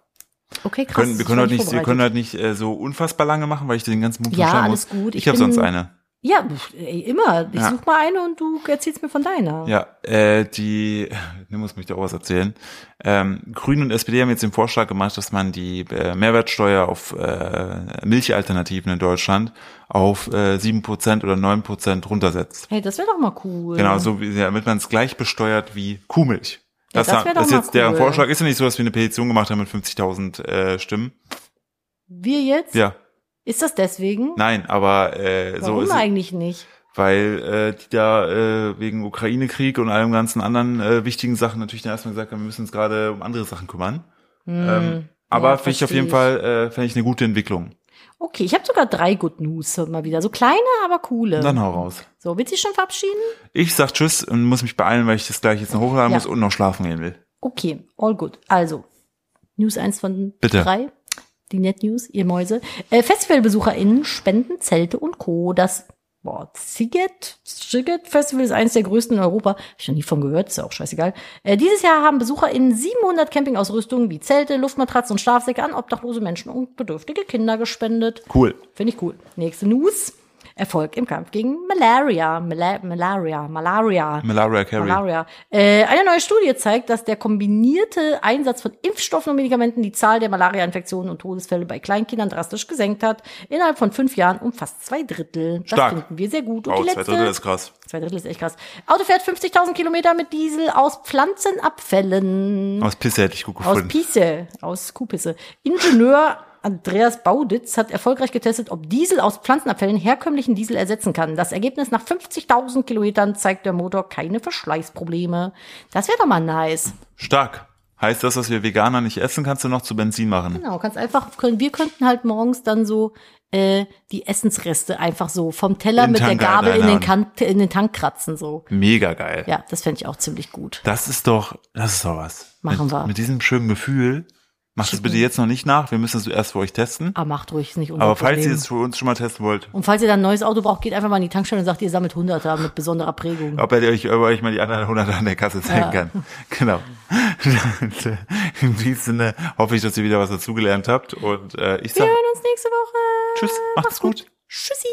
S2: Okay, krass.
S1: Wir können, wir können
S2: das
S1: heute nicht,
S2: war
S1: wir
S2: vorbereitet.
S1: können heute nicht äh, so unfassbar lange machen, weil ich den ganzen Mund
S2: Ja,
S1: noch schauen
S2: alles
S1: muss.
S2: gut.
S1: Ich,
S2: Ich
S1: habe
S2: bin-
S1: sonst eine.
S2: ja, pf, ey, immer. Ich
S1: Ja.
S2: such mal eine und du erzählst mir von deiner.
S1: Ja, äh, die, du musst mich doch auch was erzählen. Ähm, Grüne und SPD haben jetzt den Vorschlag gemacht, dass man die äh, Mehrwertsteuer auf äh, Milchalternativen in Deutschland auf äh, 7% oder 9% runtersetzt.
S2: Hey, das wäre doch mal cool.
S1: Genau, so wie, damit man es gleich besteuert wie Kuhmilch.
S2: Ja, das wär doch
S1: ist
S2: mal
S1: jetzt der
S2: cool.
S1: Vorschlag. Ist ja nicht so, dass wir eine Petition gemacht haben mit 50.000 äh, Stimmen.
S2: Wir jetzt?
S1: Ja,
S2: Ist das deswegen?
S1: nein, aber äh, so
S2: Warum
S1: ist es,
S2: eigentlich nicht?
S1: weil äh, die da äh, wegen Ukraine-Krieg und allem ganzen anderen äh, wichtigen Sachen natürlich dann erstmal gesagt haben, wir müssen uns gerade um andere Sachen kümmern. Ähm, aber
S2: Hm, ja,
S1: finde ich auf
S2: versteh
S1: jeden
S2: ich.
S1: Fall äh, fände ich eine gute Entwicklung.
S2: Okay, ich habe sogar drei Good News mal wieder. So kleine, aber coole.
S1: Dann hau raus.
S2: So, willst du dich schon verabschieden?
S1: Ich sag Tschüss und muss mich beeilen, weil ich das gleich jetzt noch hochladen
S2: Ja.
S1: muss und noch schlafen gehen will.
S2: Okay, all good. Also, News 1 von
S1: Bitte.
S2: 3. Die Net News, ihr Mäuse. Äh, FestivalbesucherInnen spenden Zelte und Co. Das boah, Ziget, Ziget Festival ist eines der größten in Europa. Hab ich noch nie von gehört, ist ja auch scheißegal. Äh, dieses Jahr haben BesucherInnen 700 Campingausrüstungen wie Zelte, Luftmatratzen und Schlafsäcke an obdachlose Menschen und bedürftige Kinder gespendet.
S1: Cool.
S2: Finde ich cool. Nächste News. Erfolg im Kampf gegen Malaria. Mala Malaria. Malaria.
S1: Malaria Carey.
S2: Malaria. Äh, eine neue Studie zeigt, dass der kombinierte Einsatz von Impfstoffen und Medikamenten die Zahl der Malaria-Infektionen und Todesfälle bei Kleinkindern drastisch gesenkt hat. Innerhalb von fünf Jahren um fast zwei Drittel. Das
S1: Stark.
S2: finden wir sehr gut. Und
S1: Wow,
S2: die
S1: zwei
S2: letzte,
S1: Drittel ist krass.
S2: zwei Drittel ist echt krass. Auto fährt 50.000 Kilometer mit Diesel aus Pflanzenabfällen.
S1: Aus Pisse hätte ich gut
S2: Mhm. Aus
S1: gefunden.
S2: Pisse, aus Kuhpisse. Ingenieur Andreas Bauditz hat erfolgreich getestet, ob Diesel aus Pflanzenabfällen herkömmlichen Diesel ersetzen kann. Das Ergebnis nach 50.000 Kilometern zeigt der Motor keine Verschleißprobleme. Das wäre doch mal nice.
S1: Stark. Heißt das, was wir Veganer nicht essen, kannst du noch zu Benzin machen?
S2: Genau, kannst einfach, können, wir könnten halt morgens dann so äh, die Essensreste einfach so vom Teller
S1: In den
S2: mit der
S1: Tank
S2: Gabel in den,
S1: reinhauen.
S2: Kant, in den Tank kratzen so.
S1: Mega geil.
S2: Ja, das fände ich auch ziemlich gut.
S1: Das ist doch, das ist doch was.
S2: Machen
S1: mit,
S2: wir.
S1: Mit diesem schönen Gefühl Macht das bitte jetzt noch nicht nach. Wir müssen es erst für euch testen.
S2: Aber Ah, macht ruhig, ist nicht unser
S1: Aber falls
S2: Problem.
S1: ihr es für uns schon mal testen wollt,
S2: Und falls ihr dann ein neues Auto braucht, geht einfach mal in die Tankstelle und sagt, ihr sammelt Hunderter mit besonderer Prägung.
S1: ob er euch, ob er euch mal die anderen 100 an der Kasse zeigen
S2: Ja.
S1: kann. Genau. Und, äh, In diesem Sinne hoffe ich, dass ihr wieder was dazugelernt habt. Und äh, ich
S2: Wir
S1: sage
S2: hören uns nächste Woche.
S1: Tschüss, macht's gut.
S2: Tschüssi.